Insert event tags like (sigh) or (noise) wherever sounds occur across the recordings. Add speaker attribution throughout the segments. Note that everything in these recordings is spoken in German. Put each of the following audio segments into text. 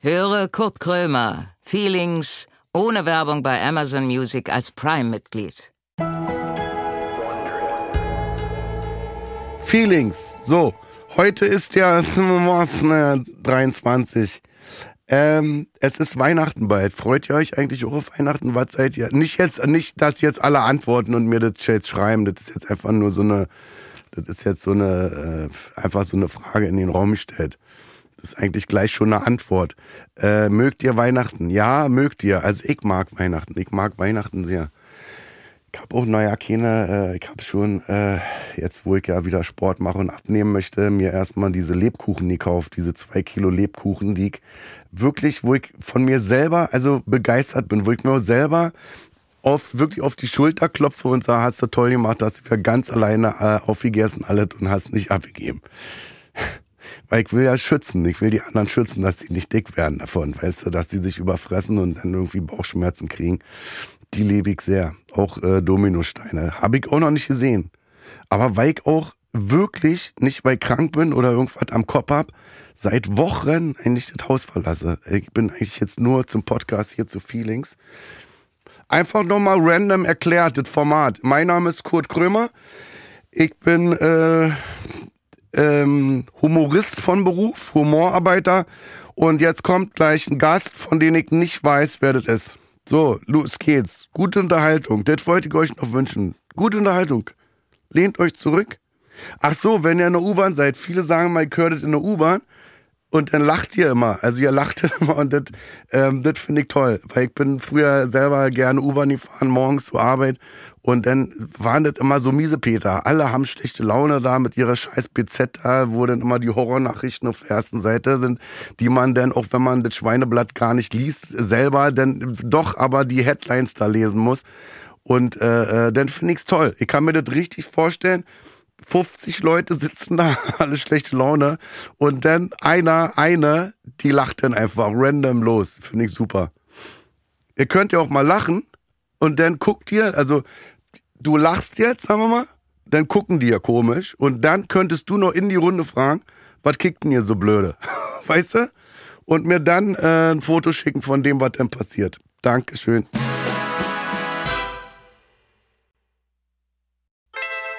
Speaker 1: Höre Kurt Krömer, Feelings, ohne Werbung bei Amazon Music als Prime-Mitglied.
Speaker 2: Feelings. So, heute ist ja (laughs) 23. Ähm, es ist Weihnachten bald. Freut ihr euch eigentlich auch auf Weihnachten? Was seid ihr? Nicht jetzt, nicht, dass jetzt alle antworten und mir das jetzt schreiben. Das ist jetzt einfach nur so eine, das ist jetzt so eine, äh, einfach so eine Frage in den Raum gestellt. Das ist eigentlich gleich schon eine Antwort. Äh, mögt ihr Weihnachten? Ja, mögt ihr. Also ich mag Weihnachten. Ich mag Weihnachten sehr. Ich habe auch, naja, keine, äh, ich habe schon, äh, jetzt wo ich ja wieder Sport mache und abnehmen möchte, mir erstmal diese Lebkuchen gekauft, diese zwei Kilo Lebkuchen, die ich wirklich, wo ich von mir selber, also begeistert bin, wo ich mir auch selber auf, wirklich auf die Schulter klopfe und sage, hast du toll gemacht, hast du wieder ganz alleine äh, aufgegessen alles und hast nicht abgegeben. (laughs) Weil ich will ja schützen, ich will die anderen schützen, dass die nicht dick werden davon, weißt du, dass die sich überfressen und dann irgendwie Bauchschmerzen kriegen die lebe ich sehr. Auch äh, Dominosteine. Habe ich auch noch nicht gesehen. Aber weil ich auch wirklich nicht weil ich krank bin oder irgendwas am Kopf hab, seit Wochen eigentlich das Haus verlasse. Ich bin eigentlich jetzt nur zum Podcast hier zu Feelings. Einfach nochmal random erklärt, das Format. Mein Name ist Kurt Krömer. Ich bin äh, ähm, Humorist von Beruf, Humorarbeiter. Und jetzt kommt gleich ein Gast, von dem ich nicht weiß, wer das ist. So, los geht's. Gute Unterhaltung. Das wollte ich euch noch wünschen. Gute Unterhaltung. Lehnt euch zurück. Ach so, wenn ihr in der U-Bahn seid, viele sagen mal, ihr in der U-Bahn und dann lacht ihr immer. Also ihr lacht (laughs) immer und das ähm, das finde ich toll, weil ich bin früher selber gerne U-Bahn gefahren, morgens zur Arbeit und dann waren das immer so miese Peter. Alle haben schlechte Laune da mit ihrer scheiß BZ da, wo dann immer die Horrornachrichten auf der ersten Seite sind, die man dann, auch wenn man das Schweineblatt gar nicht liest, selber dann doch aber die Headlines da lesen muss. Und äh, äh, dann finde ich's toll. Ich kann mir das richtig vorstellen. 50 Leute sitzen da, (laughs) alle schlechte Laune. Und dann einer, eine, die lacht dann einfach random los. Finde ich super. Ihr könnt ja auch mal lachen und dann guckt ihr, also du lachst jetzt, sagen wir mal, dann gucken die ja komisch und dann könntest du noch in die Runde fragen, was kickt denn ihr so blöde? (laughs) Weißt du? Und mir dann äh, ein Foto schicken von dem, was dann passiert. Dankeschön.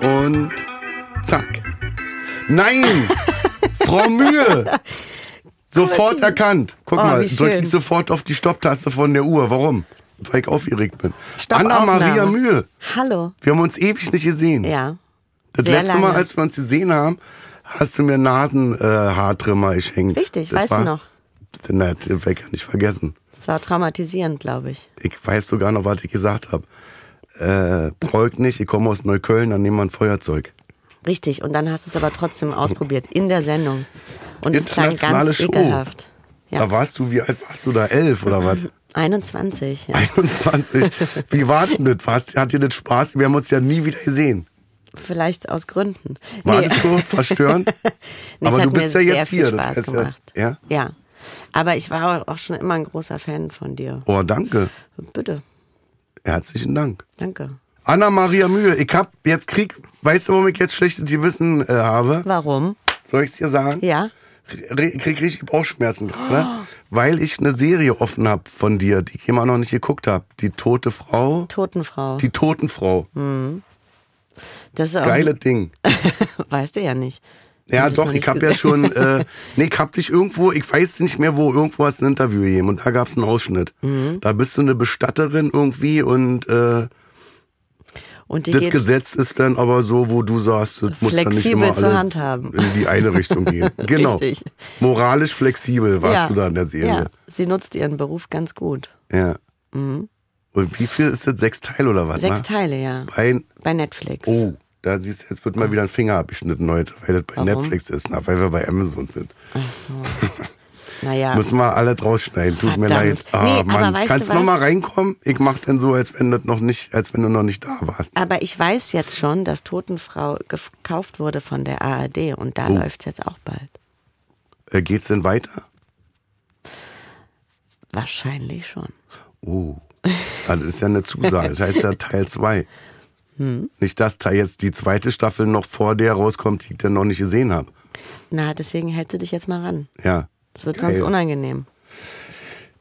Speaker 2: Und zack. Nein! Frau Mühe!
Speaker 3: (laughs)
Speaker 2: Sofort erkannt. Guck
Speaker 3: Oh,
Speaker 2: mal,
Speaker 3: wie
Speaker 2: drück
Speaker 3: schön.
Speaker 2: ich sofort auf die Stopptaste von der Uhr. Warum? Weil ich aufgeregt bin. Anna-Maria
Speaker 3: Aufnahme.
Speaker 2: Mühe.
Speaker 3: Hallo.
Speaker 2: Wir haben uns ewig nicht gesehen.
Speaker 3: Ja.
Speaker 2: das
Speaker 3: sehr
Speaker 2: letzte Mal,
Speaker 3: lange.
Speaker 2: als wir uns gesehen haben, hast du mir Nasenhaartrimmer geschenkt.
Speaker 3: Richtig,
Speaker 2: Das
Speaker 3: weißt du
Speaker 2: war-
Speaker 3: noch.
Speaker 2: Na, das werd ich ja nicht vergessen.
Speaker 3: Es war traumatisierend, glaube ich.
Speaker 2: Ich weiß sogar noch, was ich gesagt habe. Äh, bräucht nicht, ich komme aus Neukölln, dann nehmen wir ein Feuerzeug.
Speaker 3: Richtig. Und dann hast du es aber trotzdem ausprobiert in der Sendung. Und es klang
Speaker 2: Internationale
Speaker 3: ganz
Speaker 2: Show.
Speaker 3: ekelhaft. Ja.
Speaker 2: Da warst du, wie alt warst du da? Elf
Speaker 3: (laughs)
Speaker 2: oder was?
Speaker 3: 21. Ja.
Speaker 2: 21. Wie war denn das? Was, hat dir das Spaß? Wir haben uns ja nie wieder gesehen.
Speaker 3: Vielleicht aus Gründen.
Speaker 2: War
Speaker 3: Nee. (laughs)
Speaker 2: das so verstörend?
Speaker 3: Nee,
Speaker 2: Aber
Speaker 3: es hat
Speaker 2: du bist
Speaker 3: mir
Speaker 2: ja
Speaker 3: sehr
Speaker 2: jetzt
Speaker 3: viel
Speaker 2: hier, das
Speaker 3: Spaß
Speaker 2: heißt ja-
Speaker 3: gemacht.
Speaker 2: ja?
Speaker 3: ja. Aber ich war auch schon immer ein großer Fan von dir.
Speaker 2: Oh, danke.
Speaker 3: Bitte.
Speaker 2: Herzlichen Dank.
Speaker 3: Danke.
Speaker 2: Anna-Maria Mühe, ich hab jetzt Krieg. Weißt du, warum ich jetzt schlechtes Gewissen äh, habe?
Speaker 3: Warum?
Speaker 2: Soll ich's dir sagen?
Speaker 3: Ja.
Speaker 2: Re- krieg richtig Bauchschmerzen gerade, weil ich eine Serie offen hab von dir, die ich immer noch nicht geguckt hab. Die tote Frau,
Speaker 3: Totenfrau.
Speaker 2: die Totenfrau.
Speaker 3: Mhm. das ist auch,
Speaker 2: Geile Ding.
Speaker 3: (laughs) Weißt du ja nicht.
Speaker 2: Ja,
Speaker 3: Hab ich
Speaker 2: doch,
Speaker 3: noch
Speaker 2: ich
Speaker 3: nicht
Speaker 2: habe ja
Speaker 3: gesehen. (laughs)
Speaker 2: schon, äh, nee, ich hab dich irgendwo, ich weiß nicht mehr wo, irgendwo hast du ein Interview gegeben und da gab's einen Ausschnitt.
Speaker 3: Mhm.
Speaker 2: Da bist du eine Bestatterin irgendwie und äh,
Speaker 3: Und die
Speaker 2: das
Speaker 3: geht
Speaker 2: Gesetz ist dann aber so, wo du sagst, das muss dann nicht
Speaker 3: Flexibel
Speaker 2: immer
Speaker 3: zur
Speaker 2: alle
Speaker 3: Hand haben.
Speaker 2: in die eine
Speaker 3: (laughs)
Speaker 2: Richtung gehen. Genau.
Speaker 3: Richtig.
Speaker 2: Moralisch flexibel warst du da in der
Speaker 3: Ja,
Speaker 2: Serie.
Speaker 3: sie nutzt ihren Beruf ganz gut.
Speaker 2: Ja. Und wie viel ist das? Sechs Teile oder was?
Speaker 3: Mhm. Sechs
Speaker 2: ne?
Speaker 3: Teile, ja.
Speaker 2: Ein,
Speaker 3: Bei Netflix.
Speaker 2: oh, Da siehst du, jetzt wird mal wieder ein Finger abgeschnitten heute, weil das bei
Speaker 3: Warum?
Speaker 2: Netflix ist, na, weil wir bei Amazon sind.
Speaker 3: Ach so.
Speaker 2: (laughs)
Speaker 3: Naja.
Speaker 2: Müssen wir alle draus schneiden, tut mir leid.
Speaker 3: Ah. Verdammt. Nee,
Speaker 2: Ah,
Speaker 3: aber
Speaker 2: Mann.
Speaker 3: weißt du
Speaker 2: Kannst du noch
Speaker 3: was?
Speaker 2: mal reinkommen? Ich mach dann so, als wenn, das noch nicht, als wenn du noch nicht da warst.
Speaker 3: Aber ich weiß jetzt schon, dass Totenfrau gekauft wurde von der ARD und da
Speaker 2: Oh.
Speaker 3: läuft's jetzt auch bald.
Speaker 2: Äh, geht's denn weiter?
Speaker 3: Wahrscheinlich schon.
Speaker 2: Oh, Ah, das ist ja eine Zusage. Das heißt ja Teil 2. Nicht, dass Teil jetzt die zweite Staffel noch vor der rauskommt, die ich dann noch nicht gesehen habe.
Speaker 3: Na, deswegen hältst du dich jetzt mal ran.
Speaker 2: Ja.
Speaker 3: Es wird
Speaker 2: Geil.
Speaker 3: sonst unangenehm.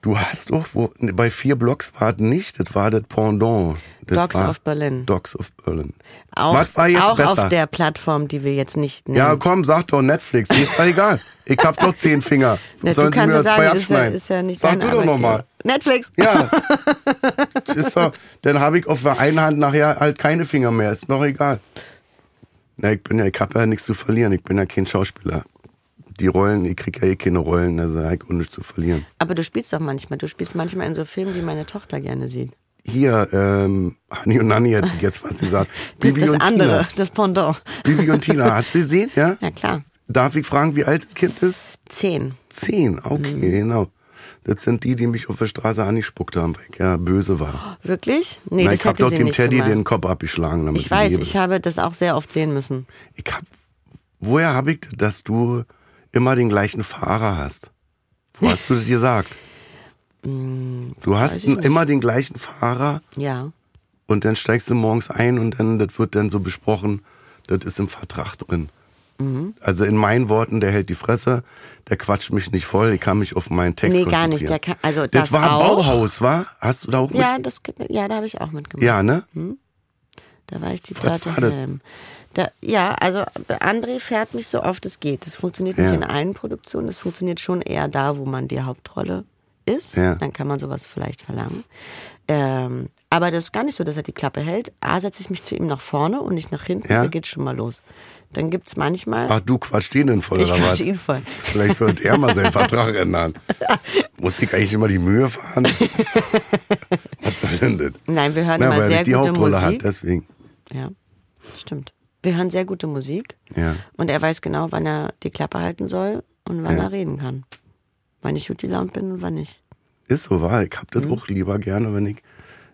Speaker 2: Du hast doch, wo, ne, bei vier Blocks war das nicht, das war das Pendant. Das
Speaker 3: Dogs
Speaker 2: war
Speaker 3: of Berlin.
Speaker 2: Dogs of Berlin.
Speaker 3: Auch,
Speaker 2: Was war jetzt
Speaker 3: auch
Speaker 2: besser?
Speaker 3: auf der Plattform, die wir jetzt nicht nennen.
Speaker 2: ja, komm, sag doch Netflix. Mir ist doch egal. Ich hab doch zehn Finger.
Speaker 3: (laughs) Na, du
Speaker 2: Sollen sie
Speaker 3: kannst ja
Speaker 2: mir da zwei
Speaker 3: sagen, ist ja,
Speaker 2: abschneiden?
Speaker 3: ist ja nicht
Speaker 2: sag
Speaker 3: dein
Speaker 2: du doch
Speaker 3: Arbeitgeber.
Speaker 2: nochmal.
Speaker 3: Netflix. (laughs)
Speaker 2: Ja. Das ist doch, dann habe ich auf der einen Hand nachher halt keine Finger mehr. Ist mir doch egal. Na, ich bin ja, ich habe ja nichts zu verlieren. Ich bin ja kein Schauspieler. Die Rollen, ich krieg ja eh keine Rollen, also habe ich auch nichts zu verlieren.
Speaker 3: Aber du spielst doch manchmal. Du spielst manchmal in so Filmen, die meine Tochter gerne sieht.
Speaker 2: Hier, ähm, Hani und Nani hätte ich jetzt was gesagt.
Speaker 3: (laughs)
Speaker 2: Bibi
Speaker 3: das
Speaker 2: und
Speaker 3: andere, das Pendant.
Speaker 2: Tina. Bibi und Tina, hat sie gesehen, ja?
Speaker 3: (laughs) Na klar.
Speaker 2: Darf ich fragen, wie alt das Kind ist?
Speaker 3: Zehn.
Speaker 2: Zehn, okay,
Speaker 3: Mhm.
Speaker 2: genau. Das sind die, die mich auf der Straße angespuckt haben, weil ich ja böse war.
Speaker 3: Wirklich? Nee,
Speaker 2: Na,
Speaker 3: das
Speaker 2: ich habe
Speaker 3: hätte
Speaker 2: doch
Speaker 3: sie
Speaker 2: dem
Speaker 3: nicht
Speaker 2: Teddy
Speaker 3: gemacht.
Speaker 2: den Kopf abgeschlagen. Damit
Speaker 3: ich weiß,
Speaker 2: lebe.
Speaker 3: ich habe das auch sehr oft sehen müssen.
Speaker 2: Ich hab, woher habe ich, das, dass du immer den gleichen Fahrer hast? Wo hast du das gesagt? Du hast
Speaker 3: Hm, ich nicht.
Speaker 2: immer den gleichen Fahrer
Speaker 3: Ja.
Speaker 2: und dann steigst du morgens ein und dann, das wird dann so besprochen, das ist im Vertrag drin.
Speaker 3: Mhm.
Speaker 2: Also in meinen Worten, der hält die Fresse, der quatscht mich nicht voll, ich kann mich auf meinen Text
Speaker 3: Nee, gar
Speaker 2: konzentrieren.
Speaker 3: nicht. Der kann, also
Speaker 2: das,
Speaker 3: das,
Speaker 2: war
Speaker 3: auch.
Speaker 2: Bauhaus, war? Hast du da auch
Speaker 3: Ja,
Speaker 2: mit?
Speaker 3: das, ja, da habe ich auch mitgemacht.
Speaker 2: Ja, ne?
Speaker 3: Da war ich die
Speaker 2: Was
Speaker 3: Torte
Speaker 2: war das?
Speaker 3: Helm. Da, ja, also André fährt mich so oft es geht. Das funktioniert
Speaker 2: Ja.
Speaker 3: nicht in allen Produktionen, das funktioniert schon eher da, wo man die Hauptrolle ist.
Speaker 2: Ja.
Speaker 3: Dann kann man sowas vielleicht verlangen. Ähm, aber das ist gar nicht so, dass er die Klappe hält. A, setze ich mich zu ihm nach vorne und nicht nach hinten,
Speaker 2: Ja.
Speaker 3: da geht's schon mal los. Dann gibt's manchmal.
Speaker 2: Ach, du quatscht ihn denn voll,
Speaker 3: Ich
Speaker 2: oder was?
Speaker 3: quatsche ihn
Speaker 2: (laughs)
Speaker 3: voll.
Speaker 2: Vielleicht sollte er mal seinen Vertrag
Speaker 3: (laughs)
Speaker 2: ändern. Muss ich eigentlich immer die Mühe fahren? was soll denn das?
Speaker 3: Nein, wir hören
Speaker 2: Na,
Speaker 3: immer
Speaker 2: weil
Speaker 3: sehr
Speaker 2: ich die
Speaker 3: gute
Speaker 2: Hauptrolle
Speaker 3: Musik.
Speaker 2: hat, deswegen.
Speaker 3: Ja, stimmt. Wir hören sehr gute Musik.
Speaker 2: Ja.
Speaker 3: Und er weiß genau, wann er die Klappe halten soll und wann
Speaker 2: Ja.
Speaker 3: er reden kann. Wann ich gut gelaunt bin und wann nicht.
Speaker 2: Ist so wahr. Ich hab das
Speaker 3: Hm.
Speaker 2: auch lieber gerne, wenn ich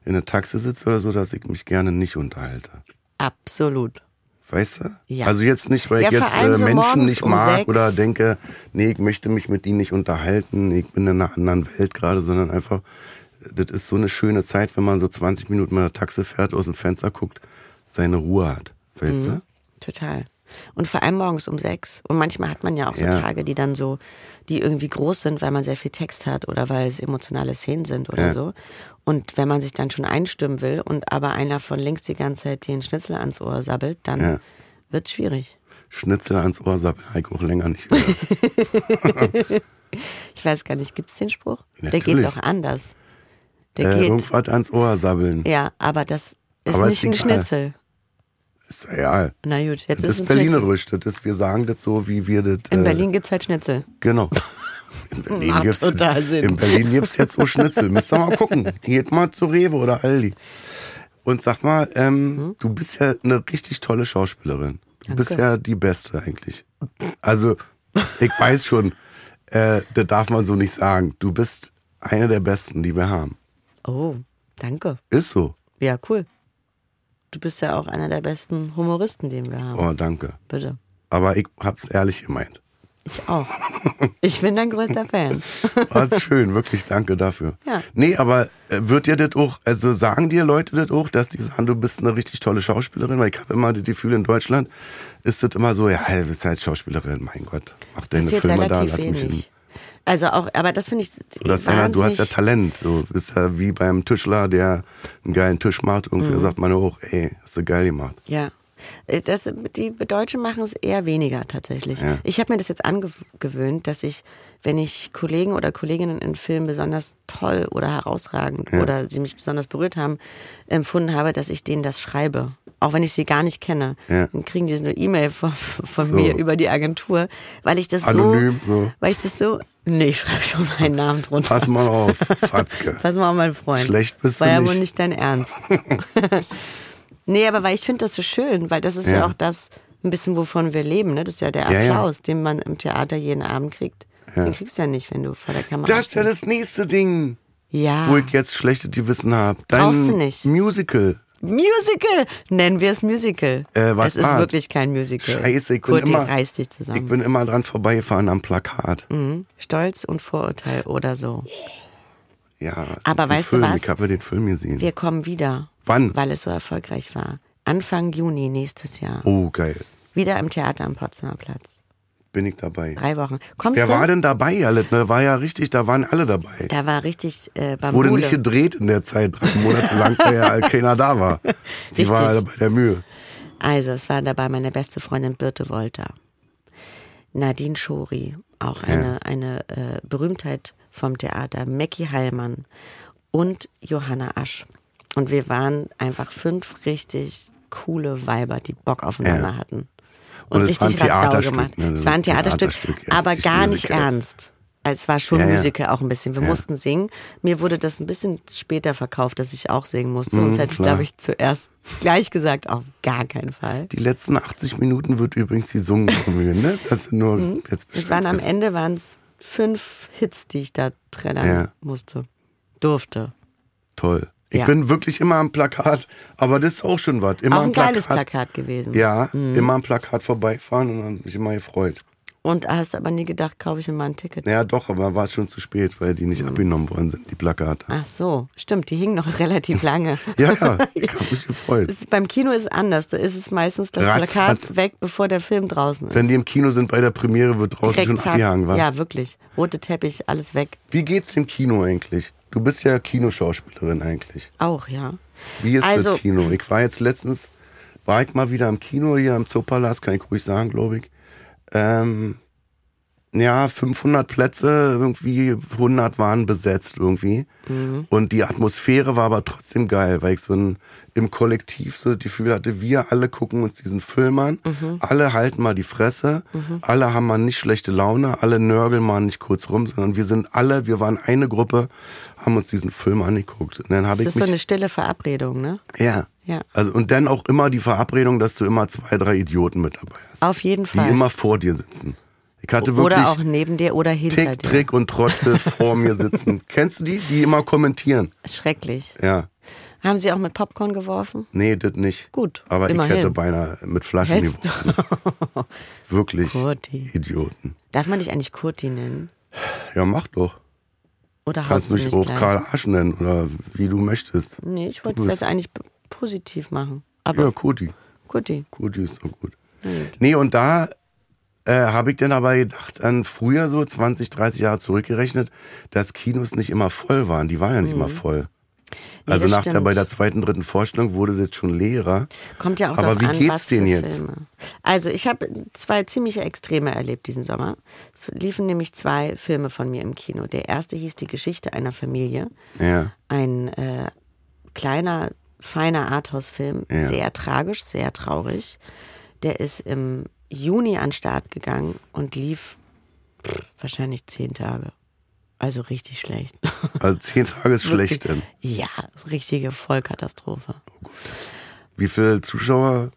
Speaker 2: in der Taxe sitze oder so, dass ich mich gerne nicht unterhalte.
Speaker 3: Absolut.
Speaker 2: Weißt du?
Speaker 3: Ja.
Speaker 2: Also jetzt nicht, weil
Speaker 3: Ja,
Speaker 2: ich jetzt
Speaker 3: vor allem
Speaker 2: äh,
Speaker 3: so
Speaker 2: Menschen
Speaker 3: morgens
Speaker 2: nicht
Speaker 3: um
Speaker 2: mag
Speaker 3: sechs.
Speaker 2: oder denke, nee, ich möchte mich mit ihnen nicht unterhalten, ich bin in einer anderen Welt gerade, sondern einfach, das ist so eine schöne Zeit, wenn man so 20 Minuten mit der Taxe fährt, aus dem Fenster guckt, seine Ruhe hat.
Speaker 3: Mhm.
Speaker 2: Weißt du?
Speaker 3: Total. Und vor allem morgens um sechs. Und manchmal hat man ja auch so
Speaker 2: Ja.
Speaker 3: Tage, die dann so, die irgendwie groß sind, weil man sehr viel Text hat oder weil es emotionale Szenen sind oder
Speaker 2: Ja.
Speaker 3: so. Und wenn man sich dann schon einstimmen will und aber einer von links die ganze Zeit den Schnitzel ans Ohr sabbelt, dann
Speaker 2: Ja.
Speaker 3: wird's schwierig.
Speaker 2: Schnitzel ans Ohr sabbeln, habe ich auch länger
Speaker 3: (laughs)
Speaker 2: nicht gehört.
Speaker 3: Ich weiß gar nicht, gibt's den Spruch? Der
Speaker 2: Natürlich.
Speaker 3: geht doch anders. Der
Speaker 2: äh,
Speaker 3: geht.
Speaker 2: irgendwas ans Ohr sabbeln.
Speaker 3: Ja, aber das ist
Speaker 2: Aber
Speaker 3: nicht
Speaker 2: ist
Speaker 3: ein
Speaker 2: egal.
Speaker 3: Schnitzel.
Speaker 2: Ist real.
Speaker 3: Na gut, jetzt ist
Speaker 2: Das
Speaker 3: es
Speaker 2: ist
Speaker 3: ein Schnitzel.
Speaker 2: Berlinerisch. Das ist, wir sagen das so, wie wir das.
Speaker 3: In
Speaker 2: äh,
Speaker 3: Berlin gibt's halt Schnitzel.
Speaker 2: Genau. (laughs) In Berlin
Speaker 3: Macht
Speaker 2: gibt's,
Speaker 3: total Sinn.
Speaker 2: In Berlin gibt es jetzt so Schnitzel. Müsst ihr mal gucken. Geht mal zu Rewe oder Aldi. Und sag mal, ähm,
Speaker 3: Mhm.
Speaker 2: du bist ja eine richtig tolle Schauspielerin. Du bist ja die Beste eigentlich. Also, ich weiß schon, äh, das darf man so nicht sagen. Du bist eine der Besten, die wir haben.
Speaker 3: Oh, danke.
Speaker 2: Ist so.
Speaker 3: Ja, cool. Du bist ja auch einer der besten Humoristen, den wir haben.
Speaker 2: Oh, danke.
Speaker 3: Bitte.
Speaker 2: Aber ich hab's
Speaker 3: (laughs)
Speaker 2: ehrlich gemeint.
Speaker 3: Ich auch. Ich bin dein größter Fan.
Speaker 2: War Ah, schön, wirklich, danke dafür.
Speaker 3: Ja.
Speaker 2: Nee, aber äh, wird dir das auch, also sagen dir Leute das auch, dass die sagen, du bist eine richtig tolle Schauspielerin? Weil ich habe immer das Gefühl, in Deutschland ist das immer so, ja, hey, du bist halt Schauspielerin, mein Gott, mach deine
Speaker 3: Passiert
Speaker 2: Filme da,
Speaker 3: relativ
Speaker 2: lass mich hin.
Speaker 3: wenig. Also auch, aber das finde ich
Speaker 2: Oder das einer, du hast ja
Speaker 3: wahnsinnig-
Speaker 2: Talent, so bist ja wie beim Tischler, der einen geilen Tisch macht, irgendwie
Speaker 3: Mhm.
Speaker 2: sagt man auch, ey, hast du geil gemacht.
Speaker 3: Ja. Äh, Das, die Deutschen machen es eher weniger tatsächlich.
Speaker 2: Ja.
Speaker 3: Ich habe mir das jetzt angewöhnt, dass ich, wenn ich Kollegen oder Kolleginnen in Filmen besonders toll oder herausragend
Speaker 2: Ja.
Speaker 3: oder sie mich besonders berührt haben, empfunden habe, dass ich denen das schreibe. Auch wenn ich sie gar nicht kenne.
Speaker 2: Ja.
Speaker 3: Dann kriegen die so eine E-Mail von, von
Speaker 2: So.
Speaker 3: mir über die Agentur, weil ich das
Speaker 2: Anonym,
Speaker 3: so,
Speaker 2: so.
Speaker 3: Weil ich das so. Nee, ich schreibe schon meinen Namen drunter.
Speaker 2: Pass
Speaker 3: (laughs)
Speaker 2: mal auf, Fatzke.
Speaker 3: Pass mal auf, mein Freund.
Speaker 2: Schlecht bist du
Speaker 3: War ja
Speaker 2: (laughs) nicht.
Speaker 3: wohl nicht dein Ernst. Nee, aber weil ich finde das so schön, weil das ist ja.
Speaker 2: Ja.
Speaker 3: auch das ein bisschen, wovon wir leben. Ne? Das ist ja der
Speaker 2: Ja, ja.
Speaker 3: Applaus, den man im Theater jeden Abend kriegt. Den kriegst du ja nicht, wenn du vor der Kamera
Speaker 2: Das ist ja
Speaker 3: stehst.
Speaker 2: das nächste Ding,
Speaker 3: Ja.
Speaker 2: wo ich jetzt schlechte Gewissen habe. Dein
Speaker 3: Brauchst du nicht.
Speaker 2: Musical.
Speaker 3: Musical! Nennen wir es Musical.
Speaker 2: Äh, was
Speaker 3: es ist
Speaker 2: war?
Speaker 3: wirklich kein Musical.
Speaker 2: Scheiße, ich bin
Speaker 3: Kurti,
Speaker 2: immer-
Speaker 3: reiß dich
Speaker 2: Ich
Speaker 3: zusammen.
Speaker 2: bin immer dran vorbeigefahren am Plakat.
Speaker 3: Mhm. Stolz und Vorurteil oder so.
Speaker 2: Ja.
Speaker 3: Aber
Speaker 2: den
Speaker 3: weißt du
Speaker 2: Film.
Speaker 3: was?
Speaker 2: Ich habe den Film gesehen.
Speaker 3: Wir kommen wieder.
Speaker 2: Wann?
Speaker 3: Weil es so erfolgreich war. Anfang Juni nächstes Jahr.
Speaker 2: Oh, geil.
Speaker 3: Wieder im Theater am Potsdamer Platz.
Speaker 2: Bin ich dabei.
Speaker 3: Drei Wochen. Kommst
Speaker 2: Wer
Speaker 3: du?
Speaker 2: war denn dabei, Jalit? Da war ja richtig, da waren alle dabei.
Speaker 3: Da war richtig äh,
Speaker 2: Wurde
Speaker 3: Bambule.
Speaker 2: nicht gedreht in der Zeit, drei Monate
Speaker 3: (laughs)
Speaker 2: lang, weil ja keiner da war. Die
Speaker 3: Richtig.
Speaker 2: war bei der Mühe.
Speaker 3: Also, es war dabei meine beste Freundin Birte Wolter. Nadine Schori, auch eine, eine äh, Berühmtheit vom Theater. Mackie Heilmann und Johanna Asch. Und wir waren einfach fünf richtig coole Weiber, die Bock aufeinander
Speaker 2: Ja.
Speaker 3: hatten.
Speaker 2: Und es war ein
Speaker 3: richtig Radau
Speaker 2: Theaterstück,
Speaker 3: gemacht.
Speaker 2: ne?
Speaker 3: Es war ein Theaterstück,
Speaker 2: Theaterstück, ja,
Speaker 3: aber
Speaker 2: nicht
Speaker 3: gar nicht
Speaker 2: Musical.
Speaker 3: ernst. Also es war schon
Speaker 2: Ja, ja.
Speaker 3: Musical auch ein bisschen. Wir mussten singen. Mir wurde das ein bisschen später verkauft, dass ich auch singen musste. Sonst hätte ich,
Speaker 2: Hm, klar.
Speaker 3: glaube ich, zuerst gleich gesagt, auf gar keinen Fall.
Speaker 2: Die letzten 80 Minuten wird übrigens die Sungkomödie, ne? Das sind nur jetzt
Speaker 3: Es Mhm. waren am E-
Speaker 2: beschränkt
Speaker 3: Ende waren es fünf Hits, die ich da trällern
Speaker 2: Ja.
Speaker 3: musste. Durfte.
Speaker 2: ist. toll. Ich
Speaker 3: Ja.
Speaker 2: bin wirklich immer am Plakat, aber das ist auch schon was. Immer
Speaker 3: auch
Speaker 2: am
Speaker 3: ein
Speaker 2: Plakat.
Speaker 3: geiles Plakat Mhm. gewesen.
Speaker 2: Ja, immer am Plakat vorbeifahren und dann mich immer gefreut.
Speaker 3: Und hast aber nie gedacht, kaufe ich mir mal ein Ticket.
Speaker 2: Naja, doch, aber war schon zu spät, weil die nicht abgenommen worden sind, die Plakate.
Speaker 3: Ach so, stimmt, die hingen noch (laughs) relativ lange.
Speaker 2: Ja, ja,
Speaker 3: (laughs)
Speaker 2: ich habe mich gefreut.
Speaker 3: Es- Beim Kino ist es anders. Da ist es meistens das
Speaker 2: Ratzfatz.
Speaker 3: Plakat weg, bevor der Film draußen ist.
Speaker 2: Wenn die im Kino sind bei der Premiere, wird draußen
Speaker 3: Direkt
Speaker 2: schon
Speaker 3: zack.
Speaker 2: abgehangen, war.
Speaker 3: Ja, wirklich. Rote Teppich, alles weg.
Speaker 2: Wie geht's dem Kino eigentlich? Du bist ja Kinoschauspielerin eigentlich.
Speaker 3: Auch, ja.
Speaker 2: Wie ist
Speaker 3: Also-
Speaker 2: das Kino? Ich war jetzt letztens, war ich mal wieder im Kino hier im Zoopalast, kann ich ruhig sagen, glaube ich. Ähm, ja, 500 Plätze, irgendwie 100 waren besetzt irgendwie.
Speaker 3: Mhm.
Speaker 2: Und die Atmosphäre war aber trotzdem geil, weil ich so ein, im Kollektiv so das Gefühl hatte, wir alle gucken uns diesen Film an,
Speaker 3: Mhm.
Speaker 2: alle halten mal die Fresse, alle haben mal nicht schlechte Laune, alle nörgeln mal nicht kurz rum, sondern wir sind alle, wir waren eine Gruppe, haben uns diesen Film angeguckt. Und dann habe
Speaker 3: Es
Speaker 2: ich
Speaker 3: ist
Speaker 2: mich
Speaker 3: so eine stille Verabredung, ne?
Speaker 2: ja.
Speaker 3: Ja.
Speaker 2: Also und dann auch immer die Verabredung, dass du immer zwei, drei Idioten mit dabei hast.
Speaker 3: Auf jeden
Speaker 2: die
Speaker 3: Fall.
Speaker 2: immer vor dir sitzen. Ich hatte wirklich
Speaker 3: Oder auch neben dir oder hinter
Speaker 2: Tick,
Speaker 3: dir.
Speaker 2: Trick
Speaker 3: (laughs)
Speaker 2: und Trottel vor mir sitzen. Kennst du die, die immer kommentieren?
Speaker 3: Schrecklich.
Speaker 2: Ja.
Speaker 3: Haben sie auch mit Popcorn geworfen?
Speaker 2: Nee, das nicht.
Speaker 3: Gut,
Speaker 2: Aber
Speaker 3: immerhin.
Speaker 2: ich hätte beinahe mit Flaschen
Speaker 3: Hättest du-
Speaker 2: geworfen. Wirklich.
Speaker 3: Kurti.
Speaker 2: Idioten.
Speaker 3: Darf man dich eigentlich Kurti nennen?
Speaker 2: Ja, mach doch.
Speaker 3: Oder haust
Speaker 2: Kannst
Speaker 3: du
Speaker 2: mich auch
Speaker 3: gleich?
Speaker 2: Karl Arsch nennen oder wie du möchtest.
Speaker 3: Nee, ich wollte
Speaker 2: Du
Speaker 3: es
Speaker 2: bist-
Speaker 3: jetzt eigentlich p- positiv machen. Aber
Speaker 2: Ja, Kurti.
Speaker 3: Kurti.
Speaker 2: Gut, die ist doch gut. Nee, und da äh, habe ich dann aber gedacht, an früher so 20, 30 Jahre zurückgerechnet, dass Kinos nicht immer voll waren. Die waren ja nicht immer voll. Also
Speaker 3: Mhm. das
Speaker 2: nach der,
Speaker 3: stimmt.
Speaker 2: bei der zweiten, dritten Vorstellung wurde das schon leerer.
Speaker 3: Kommt ja auch
Speaker 2: Aber
Speaker 3: drauf
Speaker 2: wie
Speaker 3: an,
Speaker 2: geht's
Speaker 3: was
Speaker 2: denen
Speaker 3: für
Speaker 2: jetzt?
Speaker 3: Filme. Also ich habe zwei ziemliche Extreme erlebt diesen Sommer. Es liefen nämlich zwei Filme von mir im Kino. Der erste hieß Die Geschichte einer Familie.
Speaker 2: Ja.
Speaker 3: Ein äh, kleiner, feiner Arthouse-Film.
Speaker 2: Ja.
Speaker 3: Sehr tragisch, sehr traurig. Der ist im Juni an den Start gegangen und lief pff, wahrscheinlich zehn Tage. Also richtig schlecht.
Speaker 2: Also zehn Tage ist
Speaker 3: Wirklich.
Speaker 2: (laughs) schlecht. Denn.
Speaker 3: Ja, richtige Vollkatastrophe.
Speaker 2: Wie viele Zuschauer?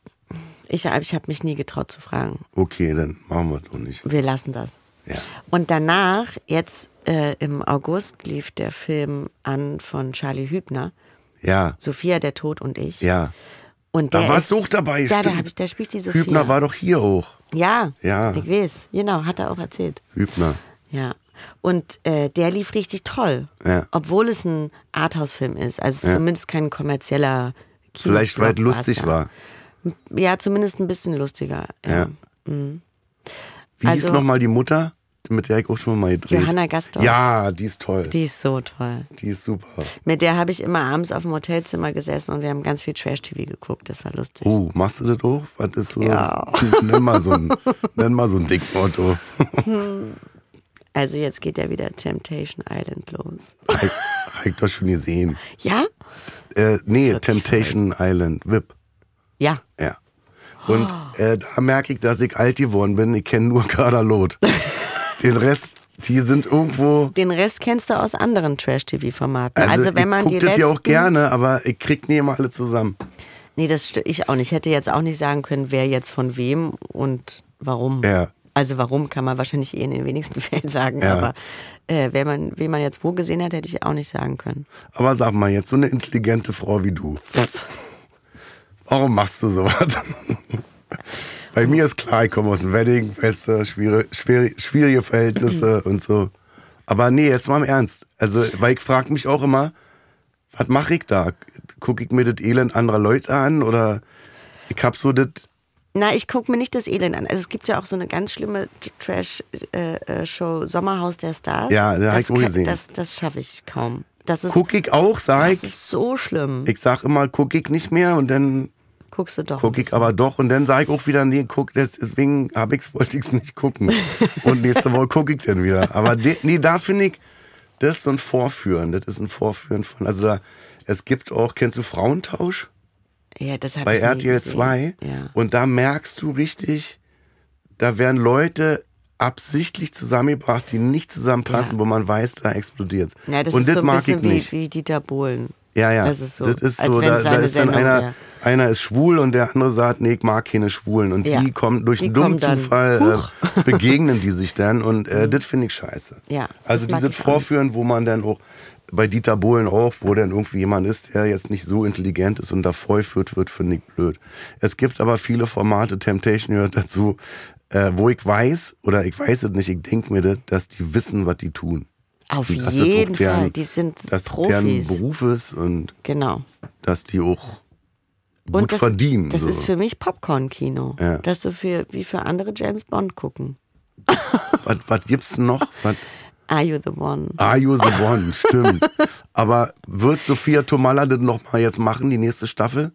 Speaker 3: Ich, ich habe mich nie getraut zu fragen.
Speaker 2: Okay, dann machen wir doch nicht.
Speaker 3: Wir lassen das.
Speaker 2: Ja.
Speaker 3: Und danach, jetzt äh, im August, lief der Film an von Charlie Hübner,
Speaker 2: Ja.
Speaker 3: Sophia, der Tod und ich.
Speaker 2: Ja.
Speaker 3: Und
Speaker 2: Da
Speaker 3: der
Speaker 2: warst
Speaker 3: ist-
Speaker 2: du auch dabei,
Speaker 3: Ja, da,
Speaker 2: stimmt.
Speaker 3: hab ich, da spielt die Sophia.
Speaker 2: Hübner war doch hier auch.
Speaker 3: ja,
Speaker 2: Ja.
Speaker 3: ich weiß. Genau, hat er auch erzählt.
Speaker 2: Hübner.
Speaker 3: Ja. Und äh, der lief richtig toll.
Speaker 2: Ja.
Speaker 3: Obwohl es ein Arthouse-Film ist. Also es ist zumindest kein kommerzieller Kino
Speaker 2: Vielleicht, weil es lustig war.
Speaker 3: Ja, zumindest ein bisschen lustiger.
Speaker 2: Ja. Wie hieß
Speaker 3: Mhm. Also-
Speaker 2: hieß nochmal die Mutter, mit der ich auch schon mal gedreht
Speaker 3: Johanna Gastorf.
Speaker 2: Ja, die ist toll.
Speaker 3: Die ist so toll.
Speaker 2: Die ist super.
Speaker 3: Mit der habe ich immer abends auf dem Hotelzimmer gesessen und wir haben ganz viel Trash-TV geguckt. Das war lustig.
Speaker 2: Oh, machst du das auch? Was ist so?
Speaker 3: Ja.
Speaker 2: (laughs) Nenn mal so ein, nenn mal so ein Dickmotto.
Speaker 3: Also jetzt geht ja wieder Temptation Island los.
Speaker 2: Hab ich doch schon gesehen.
Speaker 3: Ja?
Speaker 2: Äh, nee,
Speaker 3: wirklich
Speaker 2: Temptation Island, VIP.
Speaker 3: Ja.
Speaker 2: Ja. Und
Speaker 3: Oh.
Speaker 2: äh, da merke ich, dass ich alt geworden bin. Ich kenne nur (laughs) Kader Loth. Den Rest, die sind irgendwo.
Speaker 3: Den Rest kennst du aus anderen Trash-TV-Formaten. Also,
Speaker 2: Also,
Speaker 3: wenn man die
Speaker 2: ich guck das
Speaker 3: letzten,
Speaker 2: ja auch gerne, aber ich krieg nie immer alle zusammen.
Speaker 3: Nee, das stimmt. Ich auch nicht. Ich hätte jetzt auch nicht sagen können, wer jetzt von wem und warum.
Speaker 2: Ja.
Speaker 3: Also warum kann man wahrscheinlich eh in den wenigsten (laughs) Fällen sagen,
Speaker 2: Ja.
Speaker 3: aber äh, wer man, wen man jetzt wo gesehen hat, hätte ich auch nicht sagen können.
Speaker 2: Aber sag mal, jetzt so eine intelligente Frau wie du, warum machst du sowas? (laughs) Bei mir ist klar, ich komme aus dem Wedding, weißt du, schwere, schwere, schwierige Verhältnisse
Speaker 3: Mhm.
Speaker 2: und so. Aber nee, jetzt mal im Ernst. Also, weil ich frage mich auch immer, was mache ich da? Gucke ich mir das Elend anderer Leute an oder ich hab so das,
Speaker 3: Na, ich gucke mir nicht das Elend an. Also es gibt ja auch so eine ganz schlimme Trash-Show äh, Sommerhaus der Stars.
Speaker 2: Ja, da hab
Speaker 3: das
Speaker 2: ich auch
Speaker 3: ka-
Speaker 2: gesehen.
Speaker 3: Das, das schaffe ich kaum. Das ist,
Speaker 2: guck ich auch, sag
Speaker 3: das
Speaker 2: ich.
Speaker 3: ist so schlimm.
Speaker 2: Ich sag immer, guck ich nicht mehr und dann
Speaker 3: Guckst du doch.
Speaker 2: gucke ich aber doch und dann sage ich auch wieder, nee, guck, das, deswegen hab ich's, wollte ich's
Speaker 3: (laughs)
Speaker 2: nicht gucken. Und nächste Woche gucke ich dann wieder. Aber de, nee, da finde ich, das ist so ein Vorführen, das ist ein Vorführen von, also da, es gibt auch, kennst du Frauentausch?
Speaker 3: ja, das hab
Speaker 2: Bei
Speaker 3: ich nie
Speaker 2: RTL
Speaker 3: gesehen.
Speaker 2: 2
Speaker 3: Ja.
Speaker 2: und da merkst du richtig, da werden Leute absichtlich zusammengebracht, die nicht zusammenpassen,
Speaker 3: Ja.
Speaker 2: wo man weiß, da explodiert's.
Speaker 3: Na, das
Speaker 2: und
Speaker 3: ist
Speaker 2: das
Speaker 3: so ein
Speaker 2: mag ich
Speaker 3: bisschen wie,
Speaker 2: nicht.
Speaker 3: wie Dieter Bohlen.
Speaker 2: Ja, ja.
Speaker 3: Das ist so,
Speaker 2: Das ist
Speaker 3: als
Speaker 2: so
Speaker 3: wenn
Speaker 2: da,
Speaker 3: es
Speaker 2: da
Speaker 3: eine
Speaker 2: ist dann
Speaker 3: Sendung
Speaker 2: einer,
Speaker 3: wäre.
Speaker 2: einer ist schwul und der andere sagt, nee, ich mag keine Schwulen. Und
Speaker 3: Ja.
Speaker 2: die kommen durch
Speaker 3: Die
Speaker 2: einen
Speaker 3: kommen
Speaker 2: dummen
Speaker 3: dann, Mhm.
Speaker 2: Zufall, äh, (laughs) begegnen die sich dann und äh, das finde ich scheiße.
Speaker 3: Ja,
Speaker 2: also
Speaker 3: das mag
Speaker 2: dieses
Speaker 3: ich auch nicht.
Speaker 2: Vorführen, wo man dann auch bei Dieter Bohlen auch, wo dann irgendwie jemand ist, der jetzt nicht so intelligent ist und da vorgeführt wird, finde ich blöd. Es gibt aber viele Formate, Temptation gehört dazu, äh, wo ich weiß, oder ich weiß es nicht, ich denke mir das, dass die wissen, was die tun.
Speaker 3: Auf
Speaker 2: Und dass das auch
Speaker 3: jeden
Speaker 2: deren-
Speaker 3: Fall. Die sind
Speaker 2: dass deren
Speaker 3: Profis.
Speaker 2: Beruf ist und
Speaker 3: Genau.
Speaker 2: dass die auch gut
Speaker 3: Und das,
Speaker 2: verdienen.
Speaker 3: Das
Speaker 2: so.
Speaker 3: ist für mich Popcorn-Kino.
Speaker 2: Ja.
Speaker 3: Das so für, wie für andere James Bond gucken.
Speaker 2: was, was gibt's denn noch? Was,
Speaker 3: Are you the one?
Speaker 2: are you the one? Stimmt. Aber wird Sophia Tomala das nochmal jetzt machen, die nächste Staffel?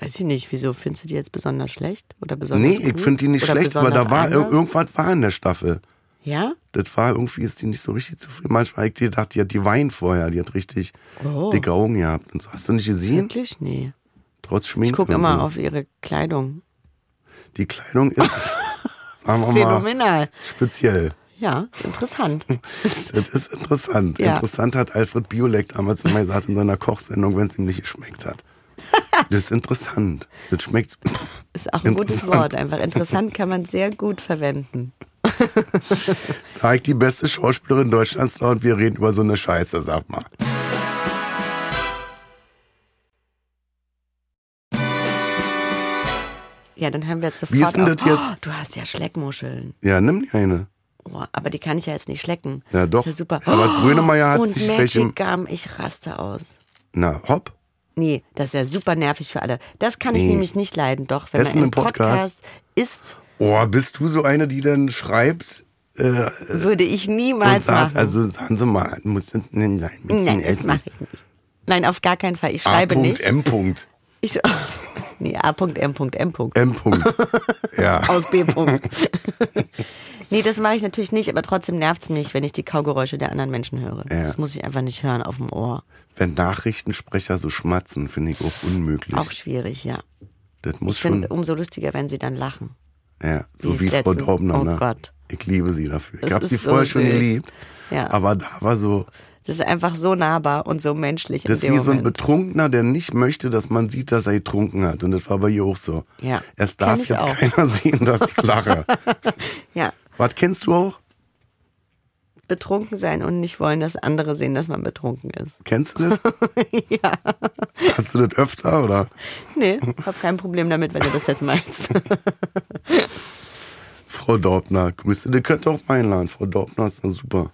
Speaker 3: Weiß ich nicht, wieso findest du die jetzt besonders schlecht oder besonders
Speaker 2: Nee,
Speaker 3: gut?
Speaker 2: ich finde die nicht
Speaker 3: oder
Speaker 2: schlecht, aber da
Speaker 3: besonders
Speaker 2: war
Speaker 3: anders?
Speaker 2: irgendwas war in der Staffel.
Speaker 3: Ja?
Speaker 2: Das war irgendwie, ist die nicht so richtig zufrieden. Manchmal hab ich gedacht, die hat die Wein vorher, die hat richtig
Speaker 3: Oh.
Speaker 2: dicke Augen gehabt und so. Hast du nicht gesehen?
Speaker 3: Wirklich? Nee.
Speaker 2: Trotz Schminke.
Speaker 3: Ich gucke
Speaker 2: und
Speaker 3: immer
Speaker 2: so.
Speaker 3: auf ihre Kleidung.
Speaker 2: Die Kleidung
Speaker 3: (laughs)
Speaker 2: ist, sagen wir mal,
Speaker 3: Phänomenal.
Speaker 2: speziell.
Speaker 3: Ja, ist interessant.
Speaker 2: Das ist interessant.
Speaker 3: Ja.
Speaker 2: Interessant hat Alfred Biolek damals immer gesagt in seiner Kochsendung, wenn es ihm nicht geschmeckt
Speaker 3: (laughs)
Speaker 2: hat. Das ist interessant. Das schmeckt.
Speaker 3: Ist
Speaker 2: (laughs)
Speaker 3: auch ein gutes
Speaker 2: Interessant.
Speaker 3: Wort. Einfach interessant kann man sehr gut verwenden.
Speaker 2: Da ich die beste Schauspielerin Deutschlands da und wir reden über so eine Scheiße, sag mal.
Speaker 3: Ja, dann hören wir jetzt sofort
Speaker 2: Wie ist denn
Speaker 3: auf.
Speaker 2: das jetzt?
Speaker 3: Oh, du hast ja Schleckmuscheln.
Speaker 2: Ja, nimm dir eine.
Speaker 3: Oh, aber die kann ich ja jetzt nicht schlecken.
Speaker 2: Ja, doch.
Speaker 3: Ist ja super.
Speaker 2: Aber Grönemeyer hat
Speaker 3: Und
Speaker 2: sich welchem-
Speaker 3: Magic Gum, ich raste aus.
Speaker 2: Na, hopp.
Speaker 3: Nee, das ist ja super nervig für alle. Das kann ich
Speaker 2: Nee.
Speaker 3: nämlich nicht leiden, doch. Wenn man
Speaker 2: Essen im
Speaker 3: im Podcast
Speaker 2: Podcast.
Speaker 3: isst,
Speaker 2: Oh, bist du so eine, die dann schreibt? Äh,
Speaker 3: würde ich
Speaker 2: und
Speaker 3: niemals
Speaker 2: sagt,
Speaker 3: machen.
Speaker 2: also sagen Sie mal, muss das denn sein? Mit
Speaker 3: Nein,
Speaker 2: dem
Speaker 3: das
Speaker 2: Essen?
Speaker 3: mache ich nicht. Nein, auf gar keinen Fall. Ich
Speaker 2: A.
Speaker 3: schreibe nicht.
Speaker 2: M. Punkt.
Speaker 3: Ich, (laughs) nee, A.M.M. (laughs)
Speaker 2: M. Punkt. ja.
Speaker 3: Aus B.
Speaker 2: (laughs)
Speaker 3: Punkt. nee, das mache ich natürlich nicht, aber trotzdem nervt es mich, wenn ich die Kaugeräusche der anderen Menschen höre.
Speaker 2: Ja.
Speaker 3: Das muss ich einfach nicht hören auf dem Ohr.
Speaker 2: Wenn Nachrichtensprecher so schmatzen, finde ich auch unmöglich.
Speaker 3: Auch schwierig, ja.
Speaker 2: das muss
Speaker 3: Ich
Speaker 2: schon.
Speaker 3: finde umso lustiger, wenn sie dann lachen.
Speaker 2: Ja, so
Speaker 3: ist
Speaker 2: wie Frau
Speaker 3: letztens-
Speaker 2: Daubner.
Speaker 3: oh
Speaker 2: ne?
Speaker 3: Gott.
Speaker 2: Ich liebe sie dafür. Ich
Speaker 3: Das
Speaker 2: habe
Speaker 3: ist
Speaker 2: sie
Speaker 3: so
Speaker 2: vorher schon
Speaker 3: süß.
Speaker 2: geliebt.
Speaker 3: Ja.
Speaker 2: Aber da war so,
Speaker 3: Das ist einfach so nahbar und so menschlich.
Speaker 2: das ist
Speaker 3: in
Speaker 2: wie
Speaker 3: dem
Speaker 2: so ein
Speaker 3: Moment.
Speaker 2: Betrunkener, der nicht möchte, dass man sieht, dass er getrunken hat. Und das war bei ihr auch so.
Speaker 3: Ja.
Speaker 2: Es
Speaker 3: Kenn
Speaker 2: darf
Speaker 3: ich
Speaker 2: jetzt
Speaker 3: auch.
Speaker 2: keiner (laughs) sehen, dass ich lache.
Speaker 3: (laughs) Ja,
Speaker 2: Was kennst du auch?
Speaker 3: betrunken sein und nicht wollen, dass andere sehen, dass man betrunken ist. (laughs)
Speaker 2: Kennst du das? ja. Hast du das öfter oder?
Speaker 3: Nee, hab kein Problem damit, wenn du das jetzt
Speaker 2: (laughs)
Speaker 3: meinst.
Speaker 2: Frau Daubner, Grüße. Die könnt ihr auch mal einladen. Frau Daubner ist da super.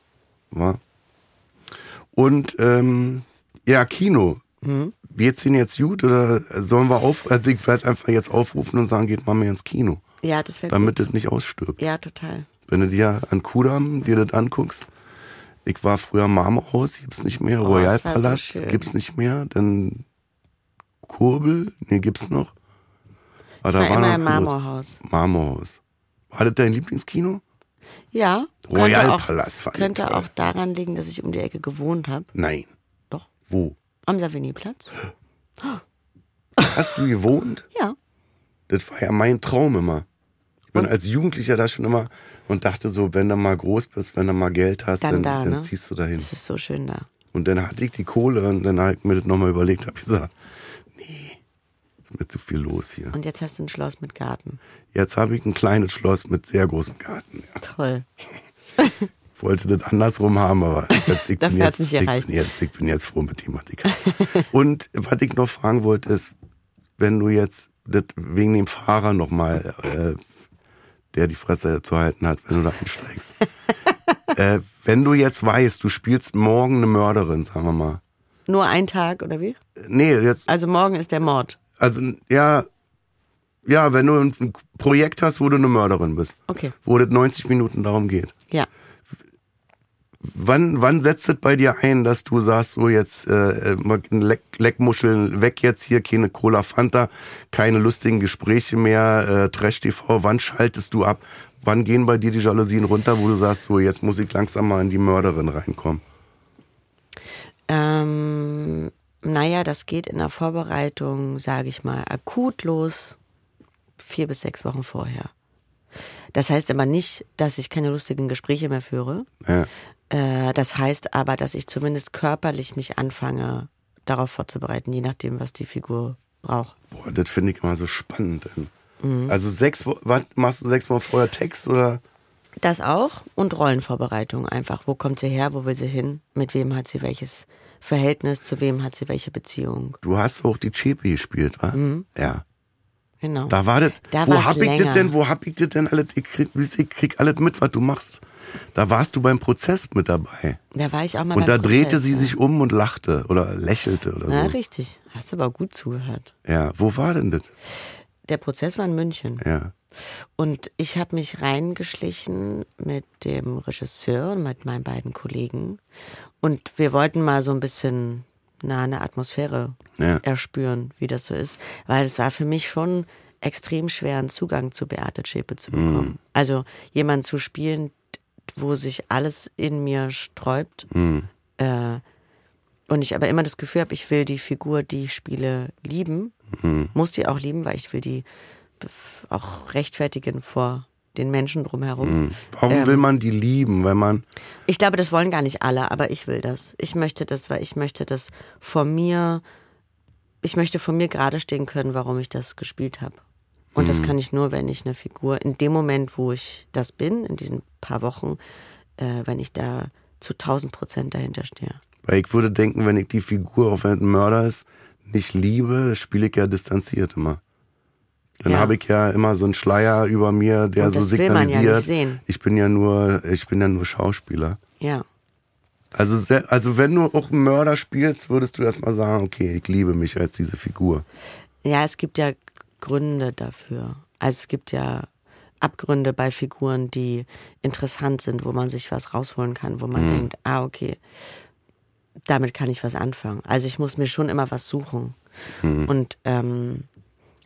Speaker 2: War. Und ähm, ja, Kino.
Speaker 3: Mhm.
Speaker 2: Geht's Ihnen jetzt gut oder sollen wir auf? Also ich werde einfach jetzt aufrufen und sagen, geht mal mehr ins Kino,
Speaker 3: Ja, das wäre gut.
Speaker 2: damit das nicht ausstirbt.
Speaker 3: Ja, total.
Speaker 2: Wenn du dir an Kudam dir das anguckst, ich war früher Marmorhaus, gibt's nicht mehr, Royal
Speaker 3: Oh, das war so
Speaker 2: Palast
Speaker 3: schön.
Speaker 2: gibt's nicht mehr, dann Kurbel, nee, gibt's noch. Aber
Speaker 3: Ich war immer
Speaker 2: noch
Speaker 3: im
Speaker 2: ein Kino.
Speaker 3: Marmorhaus.
Speaker 2: Marmorhaus. War das dein Lieblingskino?
Speaker 3: Ja.
Speaker 2: Royal
Speaker 3: könnte auch-
Speaker 2: Palace fand ich
Speaker 3: Könnte
Speaker 2: toll.
Speaker 3: auch daran liegen, dass ich um die Ecke gewohnt habe.
Speaker 2: Nein.
Speaker 3: Doch.
Speaker 2: Wo?
Speaker 3: Am Savigny-Platz?
Speaker 2: Hast du gewohnt?
Speaker 3: Ja.
Speaker 2: Das war ja mein Traum immer. Ich bin als Jugendlicher da schon immer und dachte so, wenn du mal groß bist, wenn du mal Geld hast,
Speaker 3: Dann
Speaker 2: dann, dann,
Speaker 3: da, ne?
Speaker 2: ziehst du dahin.
Speaker 3: Es ist so schön da.
Speaker 2: Und dann hatte ich die Kohle und dann habe ich mir das nochmal überlegt, habe gesagt, ist mir zu viel los hier.
Speaker 3: Und jetzt hast du ein Schloss mit Garten.
Speaker 2: Jetzt habe ich ein kleines Schloss mit sehr großem Garten. Ja.
Speaker 3: Toll.
Speaker 2: Ich wollte das andersrum haben, aber es hat-
Speaker 3: (laughs)
Speaker 2: ich, bin
Speaker 3: Dafür hat's
Speaker 2: jetzt, ich,
Speaker 3: nicht
Speaker 2: bin
Speaker 3: gereicht.
Speaker 2: jetzt, ich bin jetzt froh mit Thematik. Und was ich noch fragen wollte, ist, wenn du jetzt das wegen dem Fahrer nochmal, äh, der die Fresse zu halten hat, wenn du da
Speaker 3: (laughs)
Speaker 2: einsteigst. äh, wenn du jetzt weißt, du spielst morgen eine Mörderin, sagen wir mal.
Speaker 3: Nur ein Tag oder wie?
Speaker 2: Nee, jetzt
Speaker 3: Also morgen ist der Mord.
Speaker 2: also ja, ja, wenn du ein ein Projekt hast, wo du eine Mörderin bist,
Speaker 3: Okay.
Speaker 2: wo das 90 Minuten darum geht.
Speaker 3: Ja.
Speaker 2: Wann, wann setzt es bei dir ein, dass du sagst, so jetzt äh, mal Leck, Leckmuscheln weg jetzt hier, keine Cola Fanta, keine lustigen Gespräche mehr, äh, Trash TV, wann schaltest du ab? Wann gehen bei dir die Jalousien runter, wo du sagst, so jetzt muss ich langsam mal in die Mörderin reinkommen?
Speaker 3: Ähm, naja, das geht in der Vorbereitung, sage ich mal, akut los, vier bis sechs Wochen vorher. Das heißt aber nicht, dass ich keine lustigen Gespräche mehr führe.
Speaker 2: Ja.
Speaker 3: Äh, das heißt aber, dass ich zumindest körperlich mich anfange, darauf vorzubereiten, je nachdem, was die Figur braucht.
Speaker 2: Boah, das finde ich immer so spannend. Also sechs, Wo- was, machst du sechsmal vorher Text oder?
Speaker 3: Das auch und Rollenvorbereitung einfach. Wo kommt sie her? Wo will sie hin? Mit wem hat sie welches Verhältnis? Zu wem hat sie welche Beziehung?
Speaker 2: Du hast auch die Chepe gespielt, wa? Ja.
Speaker 3: Genau.
Speaker 2: Da war das.
Speaker 3: Da
Speaker 2: wo
Speaker 3: war's
Speaker 2: hab ich das
Speaker 3: länger.
Speaker 2: denn? Wo hab ich das denn alles? Ich krieg, wisst ihr, ich krieg alles mit, was du machst. Da warst du beim Prozess mit dabei.
Speaker 3: Da war ich auch mal beim
Speaker 2: und da drehte
Speaker 3: Prozess,
Speaker 2: sie
Speaker 3: ja.
Speaker 2: sich um und lachte oder lächelte oder
Speaker 3: Na,
Speaker 2: so.
Speaker 3: richtig. Hast aber gut zugehört.
Speaker 2: Ja, wo war denn das?
Speaker 3: Der Prozess war in München.
Speaker 2: Ja.
Speaker 3: Und ich habe mich reingeschlichen mit dem Regisseur und mit meinen beiden Kollegen. Und wir wollten mal so ein bisschen na, eine Atmosphäre
Speaker 2: Ja.
Speaker 3: erspüren, wie das so ist. Weil es war für mich schon extrem schwer, einen Zugang zu Beate Zschäpe zu bekommen. Also jemanden zu spielen, wo sich alles in mir sträubt. Äh, und ich aber immer das Gefühl habe, ich will die Figur, die ich spiele, lieben. Muss die auch lieben, weil ich will die bef- auch rechtfertigen vor den Menschen drumherum.
Speaker 2: Warum
Speaker 3: Ähm.
Speaker 2: will man die lieben, wenn man.
Speaker 3: Ich glaube, das wollen gar nicht alle, aber ich will das. Ich möchte das, weil ich möchte das vor mir, ich möchte vor mir gerade stehen können, warum ich das gespielt habe. Und das kann ich nur, wenn ich eine Figur in dem Moment, wo ich das bin, in diesen paar Wochen, äh, wenn ich da zu 1000 Prozent dahinter stehe.
Speaker 2: Weil ich würde denken, wenn ich die Figur, auch wenn es ein Mörder ist, nicht liebe, spiele ich ja distanziert immer. Dann
Speaker 3: Ja.
Speaker 2: habe ich ja immer so einen Schleier über mir, der
Speaker 3: Und
Speaker 2: so
Speaker 3: das will man ja nicht
Speaker 2: signalisiert.
Speaker 3: sehen.
Speaker 2: Ich bin ja nur, ich bin ja nur Schauspieler.
Speaker 3: Ja.
Speaker 2: Also, sehr, also wenn du auch einen Mörder spielst, würdest du erstmal sagen, okay, ich liebe mich als diese Figur.
Speaker 3: Ja, es gibt ja Gründe dafür. Also es gibt ja Abgründe bei Figuren, die interessant sind, wo man sich was rausholen kann, wo man denkt, ah, okay, damit kann ich was anfangen. Also ich muss mir schon immer was suchen. Und ähm,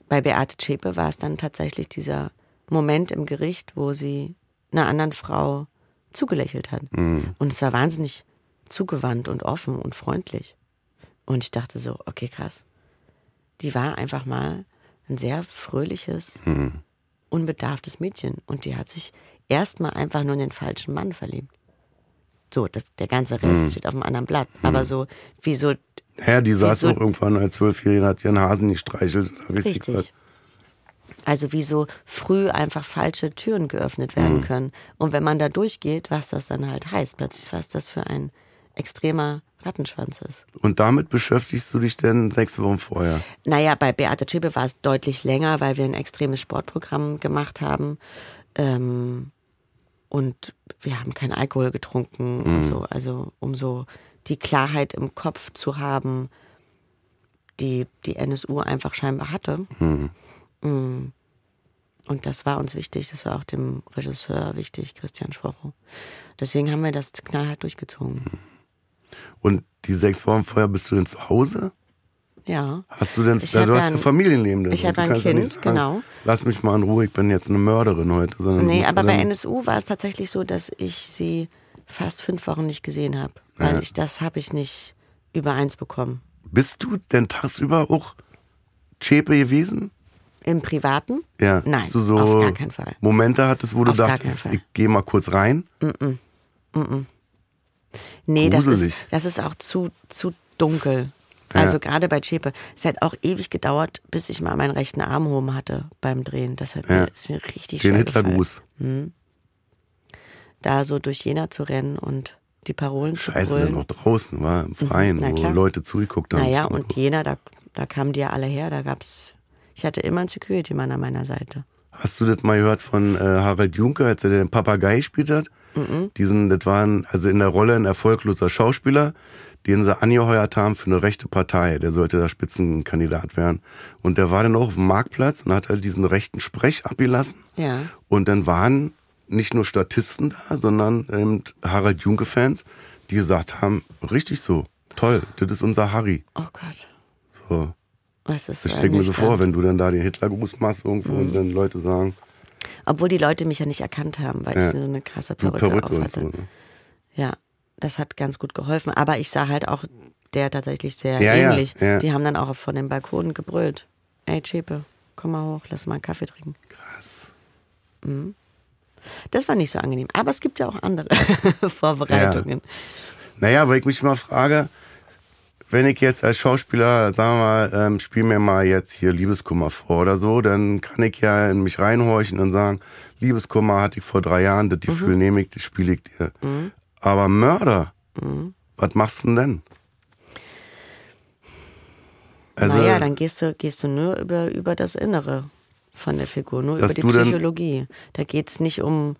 Speaker 3: bei Beate Zschäpe war es dann tatsächlich dieser Moment im Gericht, wo sie einer anderen Frau zugelächelt hat. Und es war wahnsinnig zugewandt und offen und freundlich. Und ich dachte so, okay, krass die war einfach mal ein sehr fröhliches, unbedarftes Mädchen. Und die hat sich erstmal einfach nur in den falschen Mann verliebt. So, das, der ganze Rest steht auf einem anderen Blatt. Aber so, wie so,
Speaker 2: Ja, die saß
Speaker 3: Wieso-
Speaker 2: auch irgendwann als Zwölfjährige, hat ihren Hasen gestreichelt. oder weiß ich was.
Speaker 3: richtig. Also wie so früh einfach falsche Türen geöffnet werden können. Und wenn man da durchgeht, was das dann halt heißt, plötzlich was das für ein extremer Rattenschwanz ist.
Speaker 2: Und damit beschäftigst du dich denn sechs Wochen vorher.
Speaker 3: Naja, bei Beate Zschäpe war es deutlich länger, weil wir ein extremes Sportprogramm gemacht haben. Ähm, und wir haben keinen Alkohol getrunken und so. Also um so die Klarheit im Kopf zu haben, die die NSU einfach scheinbar hatte. Mm. Und das war uns wichtig, das war auch dem Regisseur wichtig, Christian Schwocho. Deswegen haben wir das knallhart durchgezogen.
Speaker 2: Und die sechs Wochen vorher bist du denn zu Hause?
Speaker 3: Ja.
Speaker 2: Hast du denn,
Speaker 3: Ich
Speaker 2: ja,
Speaker 3: hab
Speaker 2: du
Speaker 3: ja
Speaker 2: hast ein
Speaker 3: ein-
Speaker 2: Familienleben. denn
Speaker 3: ich
Speaker 2: so.
Speaker 3: hab
Speaker 2: Du
Speaker 3: ein
Speaker 2: kannst ja nicht
Speaker 3: Kind,
Speaker 2: sagen,
Speaker 3: genau.
Speaker 2: Lass mich mal in Ruhe, ich bin jetzt eine Mörderin heute. Sondern du
Speaker 3: Nee,
Speaker 2: musst
Speaker 3: aber
Speaker 2: ja
Speaker 3: bei
Speaker 2: dann-
Speaker 3: NSU war es tatsächlich so, dass ich sie fast fünf Wochen nicht gesehen habe. Weil
Speaker 2: Ja.
Speaker 3: ich das habe ich nicht übereins bekommen.
Speaker 2: Bist du denn tagsüber auch Chepe gewesen?
Speaker 3: Im Privaten?
Speaker 2: Ja,
Speaker 3: Nein,
Speaker 2: dass du so
Speaker 3: auf gar keinen Fall.
Speaker 2: Momente hattest, wo du
Speaker 3: Auf gar
Speaker 2: dachtest,
Speaker 3: keinen Fall.
Speaker 2: ich gehe mal kurz rein.
Speaker 3: Nee, das ist,
Speaker 2: gruselig.
Speaker 3: das ist auch zu, zu dunkel. Also gerade bei Chepe. Es hat auch ewig gedauert, bis ich mal meinen rechten Arm oben hatte beim Drehen. Das hat
Speaker 2: Ja.
Speaker 3: mir, ist mir richtig
Speaker 2: Den
Speaker 3: schwer gefallen.
Speaker 2: Hitlergruß.
Speaker 3: Da so durch Jena zu rennen und die Parolen zu
Speaker 2: Scheiße, dann
Speaker 3: brüllen.
Speaker 2: auch draußen, war im Freien,
Speaker 3: Mhm. na
Speaker 2: wo
Speaker 3: klar.
Speaker 2: Leute zugeguckt haben.
Speaker 3: Naja, und Jena, da, da kamen die ja alle her. Da gab's, ich hatte immer einen Security-Mann an meiner Seite.
Speaker 2: Hast du das mal gehört von äh, Harald Juncker, als er den Papagei gespielt hat?
Speaker 3: Mhm.
Speaker 2: Diesen, das waren also in der Rolle ein erfolgloser Schauspieler, den sie angeheuert haben für eine rechte Partei. Der sollte da Spitzenkandidat werden. Und der war dann auch auf dem Marktplatz und hat halt diesen rechten Sprech abgelassen.
Speaker 3: Ja.
Speaker 2: Und dann waren nicht nur Statisten da, sondern ähm, Harald Junke-Fans, die gesagt haben, richtig so, toll, das ist unser Harry.
Speaker 3: Oh Gott.
Speaker 2: So.
Speaker 3: Was ist
Speaker 2: Das
Speaker 3: so
Speaker 2: stelle ich mir so
Speaker 3: ernüchternd.
Speaker 2: vor, wenn du dann da den Hitlergruß machst irgendwo
Speaker 3: Mhm.
Speaker 2: und dann Leute sagen,
Speaker 3: Obwohl die Leute mich ja nicht erkannt haben, weil
Speaker 2: Ja.
Speaker 3: ich so eine krasse
Speaker 2: du
Speaker 3: Perücke,
Speaker 2: Perücke
Speaker 3: auf
Speaker 2: und
Speaker 3: hatte.
Speaker 2: so. Ne?
Speaker 3: Ja, das hat ganz gut geholfen. Aber ich sah halt auch der tatsächlich sehr
Speaker 2: Ja, ja,
Speaker 3: ähnlich.
Speaker 2: ja.
Speaker 3: Die haben dann auch von dem Balkon gebrüllt. Ey, Chepe, komm mal hoch, lass mal einen Kaffee trinken. Mhm.
Speaker 2: Krass.
Speaker 3: Das war nicht so angenehm. Aber es gibt ja auch andere (laughs) Vorbereitungen.
Speaker 2: Naja, weil ich mich mal frage, wenn ich jetzt als Schauspieler, sagen wir mal, ähm, spiel mir mal jetzt hier Liebeskummer vor oder so, dann kann ich ja in mich reinhorchen und sagen, Liebeskummer hatte ich vor drei Jahren, das Gefühl
Speaker 3: Mhm.
Speaker 2: nehme ich, das spiele ich dir. Aber Mörder,
Speaker 3: Mhm.
Speaker 2: was machst du denn denn? Also,
Speaker 3: naja, dann gehst du, gehst du nur über, über das Innere von der Figur, nur über
Speaker 2: Dass
Speaker 3: die
Speaker 2: du dann-
Speaker 3: Psychologie. Da geht's nicht um,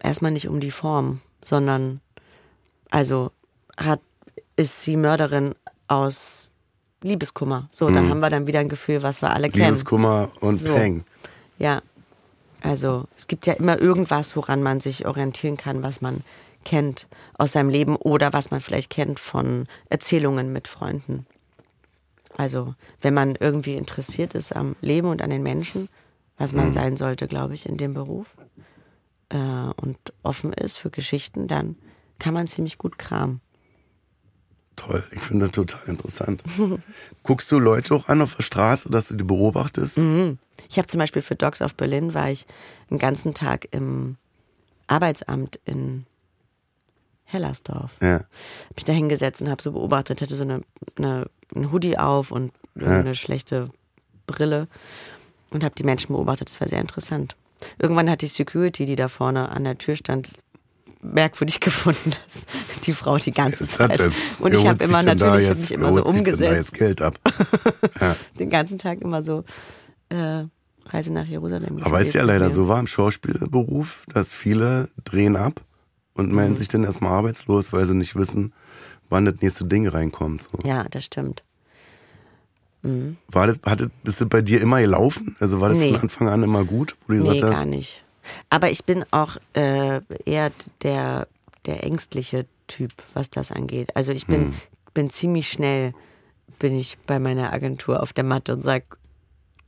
Speaker 3: erstmal nicht um die Form, sondern, also, hat, ist sie Mörderin aus Liebeskummer. So, da haben wir dann wieder ein Gefühl, was wir alle kennen.
Speaker 2: Mhm. Liebeskummer und
Speaker 3: So.
Speaker 2: Peng.
Speaker 3: Ja. Also, es gibt ja immer irgendwas, woran man sich orientieren kann, was man kennt aus seinem Leben oder was man vielleicht kennt von Erzählungen mit Freunden. Also, wenn man irgendwie interessiert ist am Leben und an den Menschen, was man sein sollte, glaube ich, in dem Beruf äh, und offen ist für Geschichten, dann kann man ziemlich gut kramen.
Speaker 2: Toll, ich finde das total interessant. (laughs) Guckst du Leute auch an auf der Straße, dass du die beobachtest?
Speaker 3: Mhm. Ich habe zum Beispiel für Dogs of Berlin war ich einen ganzen Tag im Arbeitsamt in Hellersdorf.
Speaker 2: Ja.
Speaker 3: Hab mich da hingesetzt und habe so beobachtet, hatte so eine, eine, einen Hoodie auf und eine schlechte Brille und habe die Menschen beobachtet. Das war sehr interessant. Irgendwann hat die Security, die da vorne an der Tür stand, merkwürdig (laughs) gefunden, dass die Frau die ganze
Speaker 2: Was hat
Speaker 3: Zeit.
Speaker 2: denn?
Speaker 3: Also, Und ich
Speaker 2: Wer holt
Speaker 3: habe
Speaker 2: sich
Speaker 3: immer
Speaker 2: denn da
Speaker 3: natürlich hab
Speaker 2: jetzt-
Speaker 3: mich
Speaker 2: wer
Speaker 3: immer so
Speaker 2: holt sich denn Da
Speaker 3: umgesetzt,
Speaker 2: jetzt
Speaker 3: (laughs)
Speaker 2: Geld ab.
Speaker 3: den ganzen Tag immer so äh, Reise nach Jerusalem.
Speaker 2: Aber ist ja
Speaker 3: gewesen.
Speaker 2: leider so war im Schauspielberuf, dass viele drehen ab und
Speaker 3: Mhm.
Speaker 2: melden sich dann erstmal arbeitslos, weil sie nicht wissen, wann das nächste Ding reinkommt. So.
Speaker 3: Ja, das stimmt.
Speaker 2: War das, hat das, ist das bei dir immer gelaufen? Also war das
Speaker 3: Nee.
Speaker 2: von Anfang an immer gut, wo du
Speaker 3: Nee,
Speaker 2: gesagt
Speaker 3: gar
Speaker 2: hast,
Speaker 3: nicht. Aber ich bin auch äh, eher der, der ängstliche Typ, was das angeht. Also ich
Speaker 2: Hm.
Speaker 3: bin, bin ziemlich schnell, bin ich bei meiner Agentur auf der Matte und sag,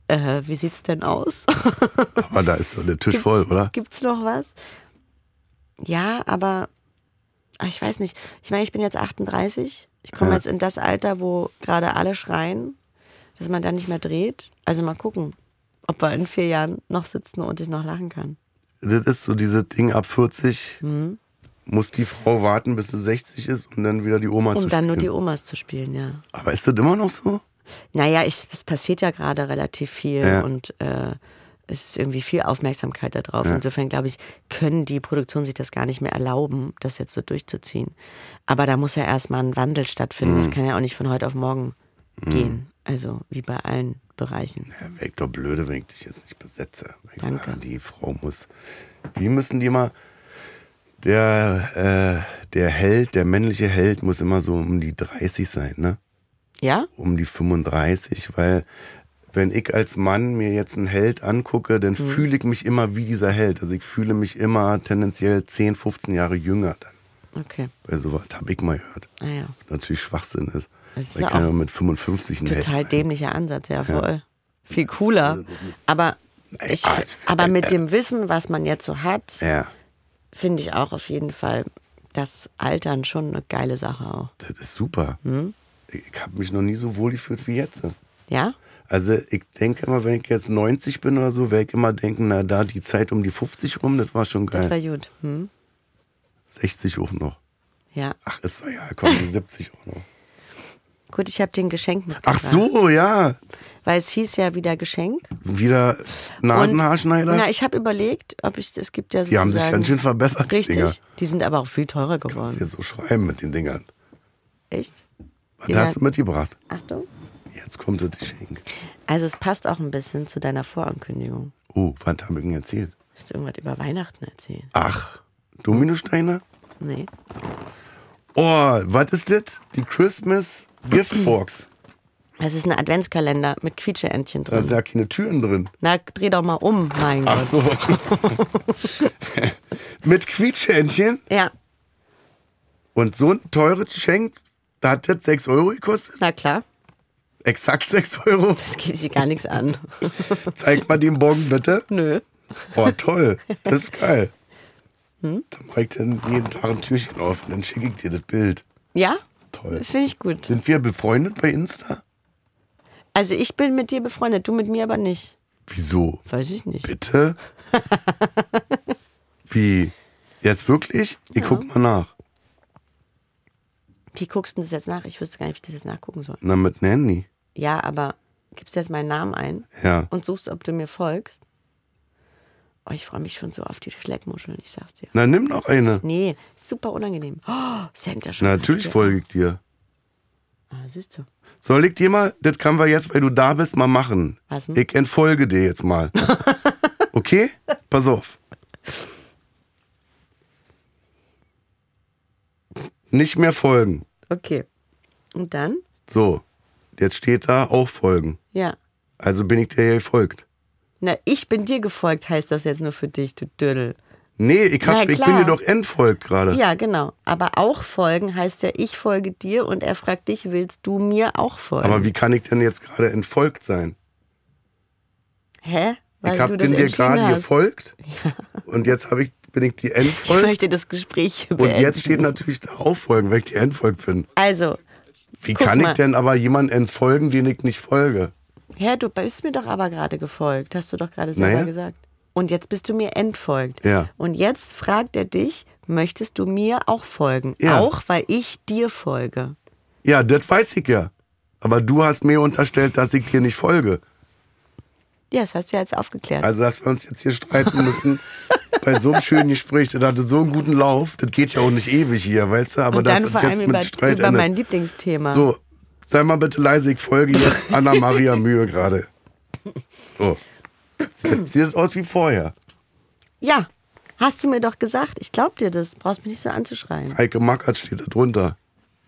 Speaker 3: äh, wie sieht's denn aus? (laughs)
Speaker 2: aber da ist so der Tisch voll, oder?
Speaker 3: Gibt's noch was? Ja, aber ah, ich weiß nicht. Ich meine, ich bin jetzt 38. Ich komme
Speaker 2: Ja.
Speaker 3: jetzt in das Alter, wo gerade alle schreien, dass man da nicht mehr dreht. Also mal gucken, ob wir in vier Jahren noch sitzen und ich noch lachen kann.
Speaker 2: Das ist so dieses Ding ab 40.
Speaker 3: Mhm.
Speaker 2: Muss die Frau warten, bis sie 60 ist, um dann wieder die Oma zu
Speaker 3: Um dann nur die
Speaker 2: spielen.
Speaker 3: Omas zu spielen, ja.
Speaker 2: Aber ist das immer noch so?
Speaker 3: Naja, ich, es passiert ja gerade relativ viel
Speaker 2: Ja.
Speaker 3: und äh, es ist irgendwie viel Aufmerksamkeit da drauf. Insofern glaube ich, können die Produktionen sich das gar nicht mehr erlauben, das jetzt so durchzuziehen. Aber da muss ja erstmal ein Wandel stattfinden.
Speaker 2: Mhm.
Speaker 3: Das kann ja auch nicht von heute auf morgen gehen. Also wie bei allen Bereichen.
Speaker 2: Ja, wäre ich doch blöde, wenn ich dich jetzt nicht besetze. Ich
Speaker 3: Danke.
Speaker 2: Sage, die Frau muss. Wie müssen die mal. Der, äh, der Held, der männliche Held muss immer so um die 30 sein, ne?
Speaker 3: Ja?
Speaker 2: Um die 35, weil wenn ich als Mann mir jetzt einen Held angucke,
Speaker 3: Mhm.
Speaker 2: dann fühle ich mich immer wie dieser Held. Also ich fühle mich immer tendenziell 10, 15 Jahre jünger dann.
Speaker 3: Okay.
Speaker 2: Weil Äh, sowas habe ich mal gehört.
Speaker 3: Ah ja.
Speaker 2: Natürlich Schwachsinn ist.
Speaker 3: Das ist
Speaker 2: Weil
Speaker 3: ja
Speaker 2: ich kann
Speaker 3: auch
Speaker 2: ja mit 55 ein Held
Speaker 3: Total
Speaker 2: sein.
Speaker 3: dämlicher Ansatz, ja voll. Viel cooler. Aber, ich,
Speaker 2: ah,
Speaker 3: aber
Speaker 2: äh,
Speaker 3: mit
Speaker 2: äh.
Speaker 3: dem Wissen, was man jetzt so hat,
Speaker 2: Ja.
Speaker 3: finde ich auch auf jeden Fall das Altern schon eine geile Sache auch.
Speaker 2: Das ist super.
Speaker 3: Hm?
Speaker 2: Ich habe mich noch nie so wohl gefühlt wie jetzt.
Speaker 3: Ja?
Speaker 2: Also ich denke immer, wenn ich jetzt 90 bin oder so, werde ich immer denken, na da die Zeit um die 50 rum, das war schon
Speaker 3: Das
Speaker 2: geil.
Speaker 3: war gut. Hm?
Speaker 2: 60 auch noch.
Speaker 3: Ja, (laughs)
Speaker 2: Ach, ist doch ja, komm, die 70 auch noch.
Speaker 3: Gut, ich habe den Geschenk mitgebracht.
Speaker 2: Ach so, ja.
Speaker 3: Weil es hieß ja wieder Geschenk.
Speaker 2: Wieder Nasenhaarschneider.
Speaker 3: Na, ich habe überlegt, ob ich, es gibt ja
Speaker 2: die
Speaker 3: sozusagen...
Speaker 2: haben sich ganz schön verbessert, die
Speaker 3: Richtig,
Speaker 2: Dinger.
Speaker 3: die sind aber auch viel teurer
Speaker 2: Was
Speaker 3: geworden.
Speaker 2: hier so schreiben mit den Dingern.
Speaker 3: Echt?
Speaker 2: Was
Speaker 3: Ja.
Speaker 2: hast du mitgebracht?
Speaker 3: Achtung.
Speaker 2: Jetzt kommt das Geschenk.
Speaker 3: Also es passt auch ein bisschen zu deiner Vorankündigung.
Speaker 2: Oh, was haben wir denn erzählt?
Speaker 3: Hast du irgendwas über Weihnachten erzählen?
Speaker 2: Ach, Dominosteine?
Speaker 3: Nee.
Speaker 2: Oh, was ist das? Die Christmas Giftbox.
Speaker 3: Es ist ein Adventskalender mit Quietscheentchen
Speaker 2: Da
Speaker 3: drin.
Speaker 2: sind ja keine Türen drin.
Speaker 3: Na, dreh doch mal um, mein
Speaker 2: Also Ach
Speaker 3: Gott.
Speaker 2: so. (laughs) Mit Quietschentchen
Speaker 3: Ja,
Speaker 2: und so ein teures Geschenk, da hat das 6 Euro gekostet.
Speaker 3: na klar.
Speaker 2: Exakt 6 Euro.
Speaker 3: Das geht sich gar nichts an.
Speaker 2: Zeig mal den Bogen bitte.
Speaker 3: Nö.
Speaker 2: Oh, toll. Das ist geil. Da mach ich dann jeden Tag ein Türchen auf und dann schicke ich dir das Bild.
Speaker 3: Ja?
Speaker 2: Toll.
Speaker 3: Das finde ich gut.
Speaker 2: Sind wir befreundet bei Insta?
Speaker 3: Also ich bin mit dir befreundet, du mit mir aber nicht.
Speaker 2: Wieso?
Speaker 3: Weiß ich nicht.
Speaker 2: Bitte? Wie? Jetzt wirklich? Ich guck mal nach.
Speaker 3: Wie guckst du das jetzt nach? Ich wüsste gar nicht, wie ich das jetzt nachgucken soll.
Speaker 2: Na, mit nem Handy.
Speaker 3: Ja, aber gibst jetzt meinen Namen ein
Speaker 2: Ja.
Speaker 3: und suchst, ob du mir folgst. Oh, ich freue mich schon so auf die Schleckmuscheln, ich sag's dir.
Speaker 2: Na, nimm noch eine.
Speaker 3: Nee, super unangenehm. Oh, Santa schon.
Speaker 2: Na, natürlich folge ich dir.
Speaker 3: Ah, siehst du.
Speaker 2: Soll ich dir mal, das können wir jetzt, weil du da bist, mal machen.
Speaker 3: Was denn?
Speaker 2: Ich entfolge dir
Speaker 3: (laughs)
Speaker 2: jetzt mal. Okay? Pass auf. Nicht mehr folgen.
Speaker 3: Okay. Und dann?
Speaker 2: So. Jetzt steht da auch folgen.
Speaker 3: Ja.
Speaker 2: Also bin ich dir ja gefolgt.
Speaker 3: Na, ich bin dir gefolgt, heißt das jetzt nur für dich, du Dödel.
Speaker 2: Nee, ich,
Speaker 3: Na
Speaker 2: hab, ich bin
Speaker 3: klar.
Speaker 2: dir doch entfolgt gerade.
Speaker 3: Ja, genau. Aber auch folgen heißt ja, ich folge dir und er fragt dich, willst du mir auch folgen?
Speaker 2: Aber wie kann ich denn jetzt gerade entfolgt sein?
Speaker 3: Hä? Weil
Speaker 2: ich
Speaker 3: du
Speaker 2: habe
Speaker 3: das
Speaker 2: dir
Speaker 3: entschieden
Speaker 2: gerade
Speaker 3: hast. (laughs)
Speaker 2: gefolgt und jetzt hab ich, bin ich die
Speaker 3: Ich
Speaker 2: entfolgt.
Speaker 3: möchte das Gespräch
Speaker 2: Und
Speaker 3: beenden.
Speaker 2: jetzt steht natürlich da auch folgen, weil ich die entfolgt bin.
Speaker 3: Also,
Speaker 2: Wie
Speaker 3: Guck
Speaker 2: kann
Speaker 3: mal.
Speaker 2: ich denn aber jemanden entfolgen, den ich nicht folge?
Speaker 3: hä, du bist mir doch aber gerade gefolgt, hast du doch gerade selber
Speaker 2: Naja.
Speaker 3: gesagt. Und jetzt bist du mir entfolgt.
Speaker 2: Ja.
Speaker 3: Und jetzt fragt er dich, möchtest du mir auch folgen?
Speaker 2: Ja.
Speaker 3: Auch weil ich dir folge.
Speaker 2: Ja, das weiß ich ja. Aber du hast mir unterstellt, dass ich dir nicht folge.
Speaker 3: Ja, das hast du ja jetzt aufgeklärt.
Speaker 2: Also, dass wir uns jetzt hier
Speaker 3: (laughs)
Speaker 2: streiten müssen bei so einem schönen Gespräch, das hatte so einen guten Lauf, das geht ja auch nicht ewig hier, weißt du? Aber
Speaker 3: Und dann
Speaker 2: das
Speaker 3: vor
Speaker 2: hat
Speaker 3: allem
Speaker 2: jetzt
Speaker 3: über,
Speaker 2: mit Streit
Speaker 3: über mein
Speaker 2: endet.
Speaker 3: Lieblingsthema.
Speaker 2: So, sei mal bitte leise, ich folge
Speaker 3: (laughs)
Speaker 2: jetzt Anna-Maria Mühe gerade. So. Sieht sieht das aus wie vorher.
Speaker 3: Ja, hast du mir doch gesagt. Ich glaub dir das. Brauchst mich nicht so anzuschreien.
Speaker 2: Heike Mackert steht da drunter.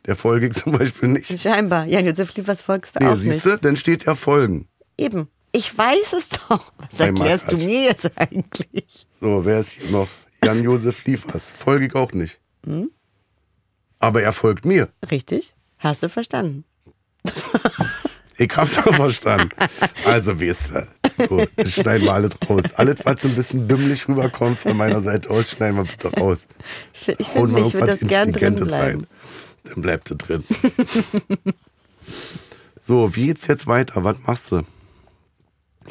Speaker 2: Der folge ich zum Beispiel nicht.
Speaker 3: Scheinbar. Jan Josef Liefers folgst du
Speaker 2: Nee,
Speaker 3: auch nicht.
Speaker 2: siehst du, dann steht ja folgen.
Speaker 3: Eben. Ich weiß es doch. Was
Speaker 2: Bei
Speaker 3: erklärst du
Speaker 2: Markatsch.
Speaker 3: mir jetzt eigentlich?
Speaker 2: So, wer ist hier noch? Jan-Josef Liefers. Folge ich auch nicht.
Speaker 3: Hm?
Speaker 2: Aber er folgt mir.
Speaker 3: Richtig. Hast du verstanden?
Speaker 2: Ich hab's
Speaker 3: (laughs)
Speaker 2: auch verstanden. Also, weißt du. So, das schneiden wir alles raus. Alles, was so ein bisschen dümmlich rüberkommt von meiner Seite aus, schneiden wir bitte raus.
Speaker 3: Ich finde, ich,
Speaker 2: Hauen
Speaker 3: find,
Speaker 2: wir
Speaker 3: ich würde
Speaker 2: irgendwas
Speaker 3: das gern drin
Speaker 2: Intelligentes
Speaker 3: bleiben.
Speaker 2: Rein. Dann bleibt es drin. (laughs) so, wie geht's jetzt weiter? Was machst du?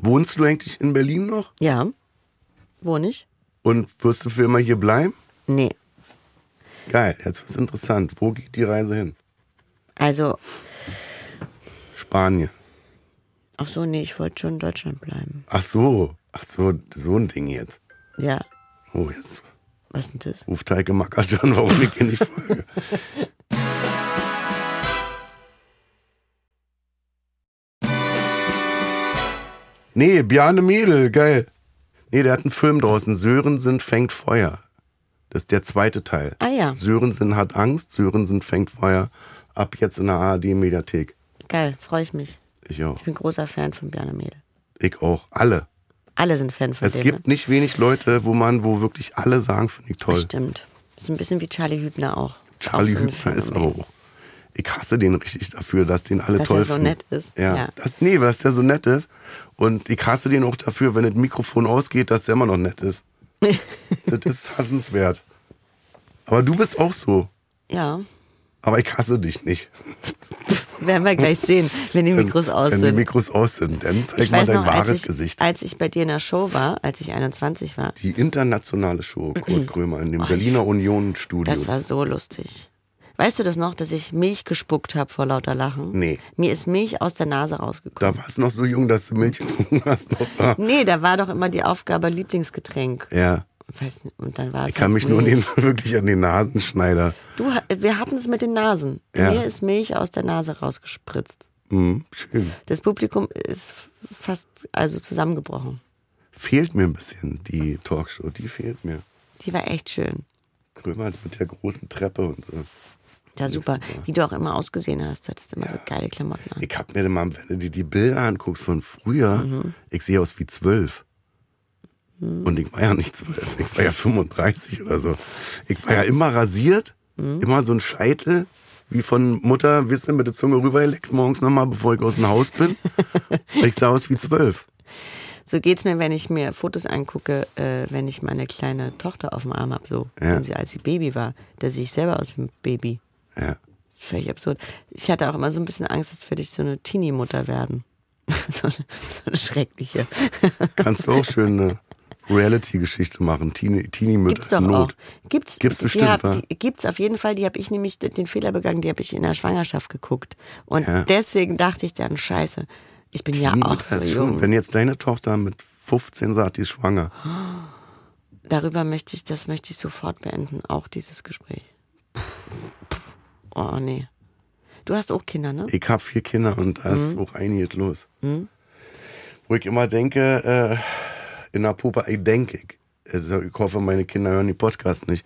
Speaker 2: Wohnst du eigentlich in Berlin noch?
Speaker 3: Ja. Wo nicht?
Speaker 2: Und wirst du für immer hier bleiben?
Speaker 3: Nee.
Speaker 2: Geil, jetzt wird's interessant. Wo geht die Reise hin?
Speaker 3: Also,
Speaker 2: Spanien.
Speaker 3: ach so, nee, ich wollte schon in Deutschland bleiben.
Speaker 2: Ach so, ach so, so ein Ding jetzt.
Speaker 3: Ja.
Speaker 2: Oh, jetzt
Speaker 3: Was denn das?
Speaker 2: ruft Heike Mackert schon, warum ich hier nicht folge. (laughs) Nee, Bjarne Mädel, geil. Nee, der hat einen Film draußen. Sörensen fängt Feuer. Das ist der zweite Teil.
Speaker 3: Ah ja.
Speaker 2: Sörensen hat Angst, Sörensen fängt Feuer. Ab jetzt in der ARD-Mediathek.
Speaker 3: Geil, freue ich mich.
Speaker 2: Ich auch.
Speaker 3: Ich bin großer Fan von Bjarne Mädel. Ich
Speaker 2: Ich auch. Alle.
Speaker 3: Alle sind Fan von
Speaker 2: Es
Speaker 3: dem. ne?
Speaker 2: gibt nicht wenig Leute, wo man, wo wirklich alle sagen, finde ich toll.
Speaker 3: Stimmt. Ist ein bisschen wie Charlie Hübner auch. Ist auch
Speaker 2: Charlie
Speaker 3: so ein
Speaker 2: Hübner ist aber
Speaker 3: Phänomen.
Speaker 2: auch. Ich hasse den richtig dafür, dass den alle
Speaker 3: Dass
Speaker 2: toll
Speaker 3: er so
Speaker 2: finden.
Speaker 3: nett ist,
Speaker 2: Ja.
Speaker 3: ja.
Speaker 2: Das, nee, dass der so nett ist. Und ich hasse den auch dafür, wenn das Mikrofon ausgeht, dass der immer noch nett ist. das ist hassenswert. Aber du bist auch so.
Speaker 3: (laughs) Ja,
Speaker 2: Aber ich hasse dich nicht.
Speaker 3: werden wir gleich sehen, wenn die Mikros
Speaker 2: wenn,
Speaker 3: aus
Speaker 2: Wenn die
Speaker 3: sind.
Speaker 2: Mikros aus sind, dann zeig
Speaker 3: Ich
Speaker 2: mal
Speaker 3: weiß
Speaker 2: dein
Speaker 3: noch, als
Speaker 2: wahres
Speaker 3: ich,
Speaker 2: Gesicht.
Speaker 3: als ich bei dir in der Show war, als ich 21 war,
Speaker 2: Die internationale Show, Kurt Krömer, in dem
Speaker 3: Oh, ich-
Speaker 2: Berliner Union Studios.
Speaker 3: das war so lustig. Weißt du das noch, dass ich Milch gespuckt habe vor lauter Lachen?
Speaker 2: Nee.
Speaker 3: Mir ist Milch aus der Nase rausgekommen.
Speaker 2: Da warst du noch so jung, dass du Milch getrunken
Speaker 3: (laughs)
Speaker 2: hast. Noch.
Speaker 3: Nee, da war doch immer die Aufgabe Lieblingsgetränk.
Speaker 2: Ja.
Speaker 3: Weiß nicht, und dann war es
Speaker 2: Ich
Speaker 3: halt
Speaker 2: kann mich nur an
Speaker 3: Milch.
Speaker 2: den, (laughs) wirklich an den Nasenschneider.
Speaker 3: Du, ha- wir hatten es mit den Nasen.
Speaker 2: Ja.
Speaker 3: Mir ist Milch aus der Nase rausgespritzt.
Speaker 2: Hm, schön.
Speaker 3: Das Publikum ist fast also zusammengebrochen.
Speaker 2: Fehlt mir ein bisschen die Talkshow, die fehlt mir.
Speaker 3: Die war echt schön.
Speaker 2: Krömer mit der großen Treppe und so.
Speaker 3: Ja, super. Wie du auch immer ausgesehen hast. Du hattest immer so geile Klamotten an.
Speaker 2: Ich hab mir dann mal, wenn du dir die Bilder anguckst von früher,
Speaker 3: Mhm.
Speaker 2: ich sehe aus wie zwölf. Und ich war ja nicht zwölf, ich war ja 35 oder so. Ich war ja immer rasiert,
Speaker 3: Mhm.
Speaker 2: immer so ein Scheitel, wie von Mutter, wissen, mit der Zunge rübergeleckt morgens nochmal, bevor ich aus dem Haus
Speaker 3: (laughs)
Speaker 2: bin. ich sah aus wie zwölf.
Speaker 3: So geht's mir, wenn ich mir Fotos angucke, äh, wenn ich meine kleine Tochter auf dem Arm hab, so,
Speaker 2: Ja.
Speaker 3: wenn sie, als sie Baby war. Da sehe ich selber aus wie ein Baby.
Speaker 2: Ja.
Speaker 3: Das ist völlig absurd. Ich hatte auch immer so ein bisschen Angst, dass wir dich so eine Teenie-Mutter werden. (laughs) so, eine, so eine schreckliche.
Speaker 2: Kannst du auch schön eine Reality-Geschichte machen, Teenie- Teenie-Mütter
Speaker 3: Gibt's doch
Speaker 2: in Not.
Speaker 3: auch. Gibt's,
Speaker 2: Gibt's
Speaker 3: die
Speaker 2: bestimmt,
Speaker 3: hab,
Speaker 2: wa?
Speaker 3: die, Gibt's auf jeden Fall. Die habe ich nämlich d- den Fehler begangen, die habe ich in der Schwangerschaft geguckt. Und
Speaker 2: Ja.
Speaker 3: deswegen dachte ich dann, scheiße, ich bin ja auch
Speaker 2: Teenie-Mütter
Speaker 3: so
Speaker 2: ist
Speaker 3: jung.
Speaker 2: schon, wenn jetzt deine Tochter mit 15 sagt, die ist schwanger.
Speaker 3: Hm? Darüber möchte ich, das möchte ich sofort beenden, auch dieses Gespräch. Oh nee. Du hast auch Kinder, ne?
Speaker 2: Ich habe vier Kinder und da
Speaker 3: Hm?
Speaker 2: ist auch einiges los. Wo ich immer denke, äh, in der Pubertät, ich denke, ich, also ich hoffe, meine Kinder hören die Podcast nicht.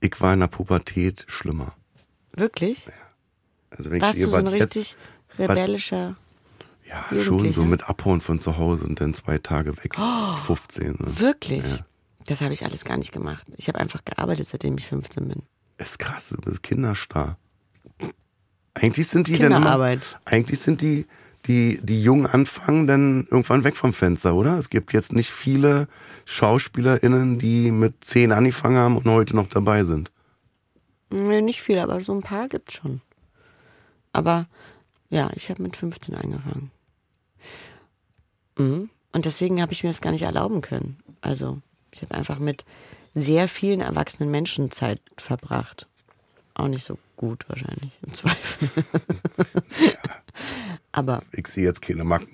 Speaker 2: Ich war in der Pubertät schlimmer.
Speaker 3: Wirklich?
Speaker 2: Also wenn
Speaker 3: Warst
Speaker 2: ich
Speaker 3: du so
Speaker 2: sehe,
Speaker 3: ein
Speaker 2: was
Speaker 3: richtig
Speaker 2: was-
Speaker 3: rebellischer?
Speaker 2: Ja, schon,
Speaker 3: Jugendlicher?
Speaker 2: so mit Abhauen von zu Hause und dann zwei Tage weg.
Speaker 3: Oh.
Speaker 2: 15. Ne?
Speaker 3: Wirklich? Das habe ich alles gar nicht gemacht. Ich habe einfach gearbeitet, seitdem ich 15 bin.
Speaker 2: Ist krass, du bist Kinderstar. Eigentlich sind die dann immer,
Speaker 3: Kinderarbeit.
Speaker 2: eigentlich sind die, die, die jung anfangen, dann irgendwann weg vom Fenster, oder? Es gibt jetzt nicht viele SchauspielerInnen, die mit zehn angefangen haben und heute noch dabei sind.
Speaker 3: Nee, nicht viel, aber so ein paar gibt's schon. Aber ja, ich habe mit 15 angefangen. Mhm. Und deswegen habe ich mir das gar nicht erlauben können. Also, ich habe einfach mit sehr vielen erwachsenen Menschen Zeit verbracht. Auch nicht so gut wahrscheinlich, im Zweifel. aber
Speaker 2: Ich sehe jetzt keine Macken.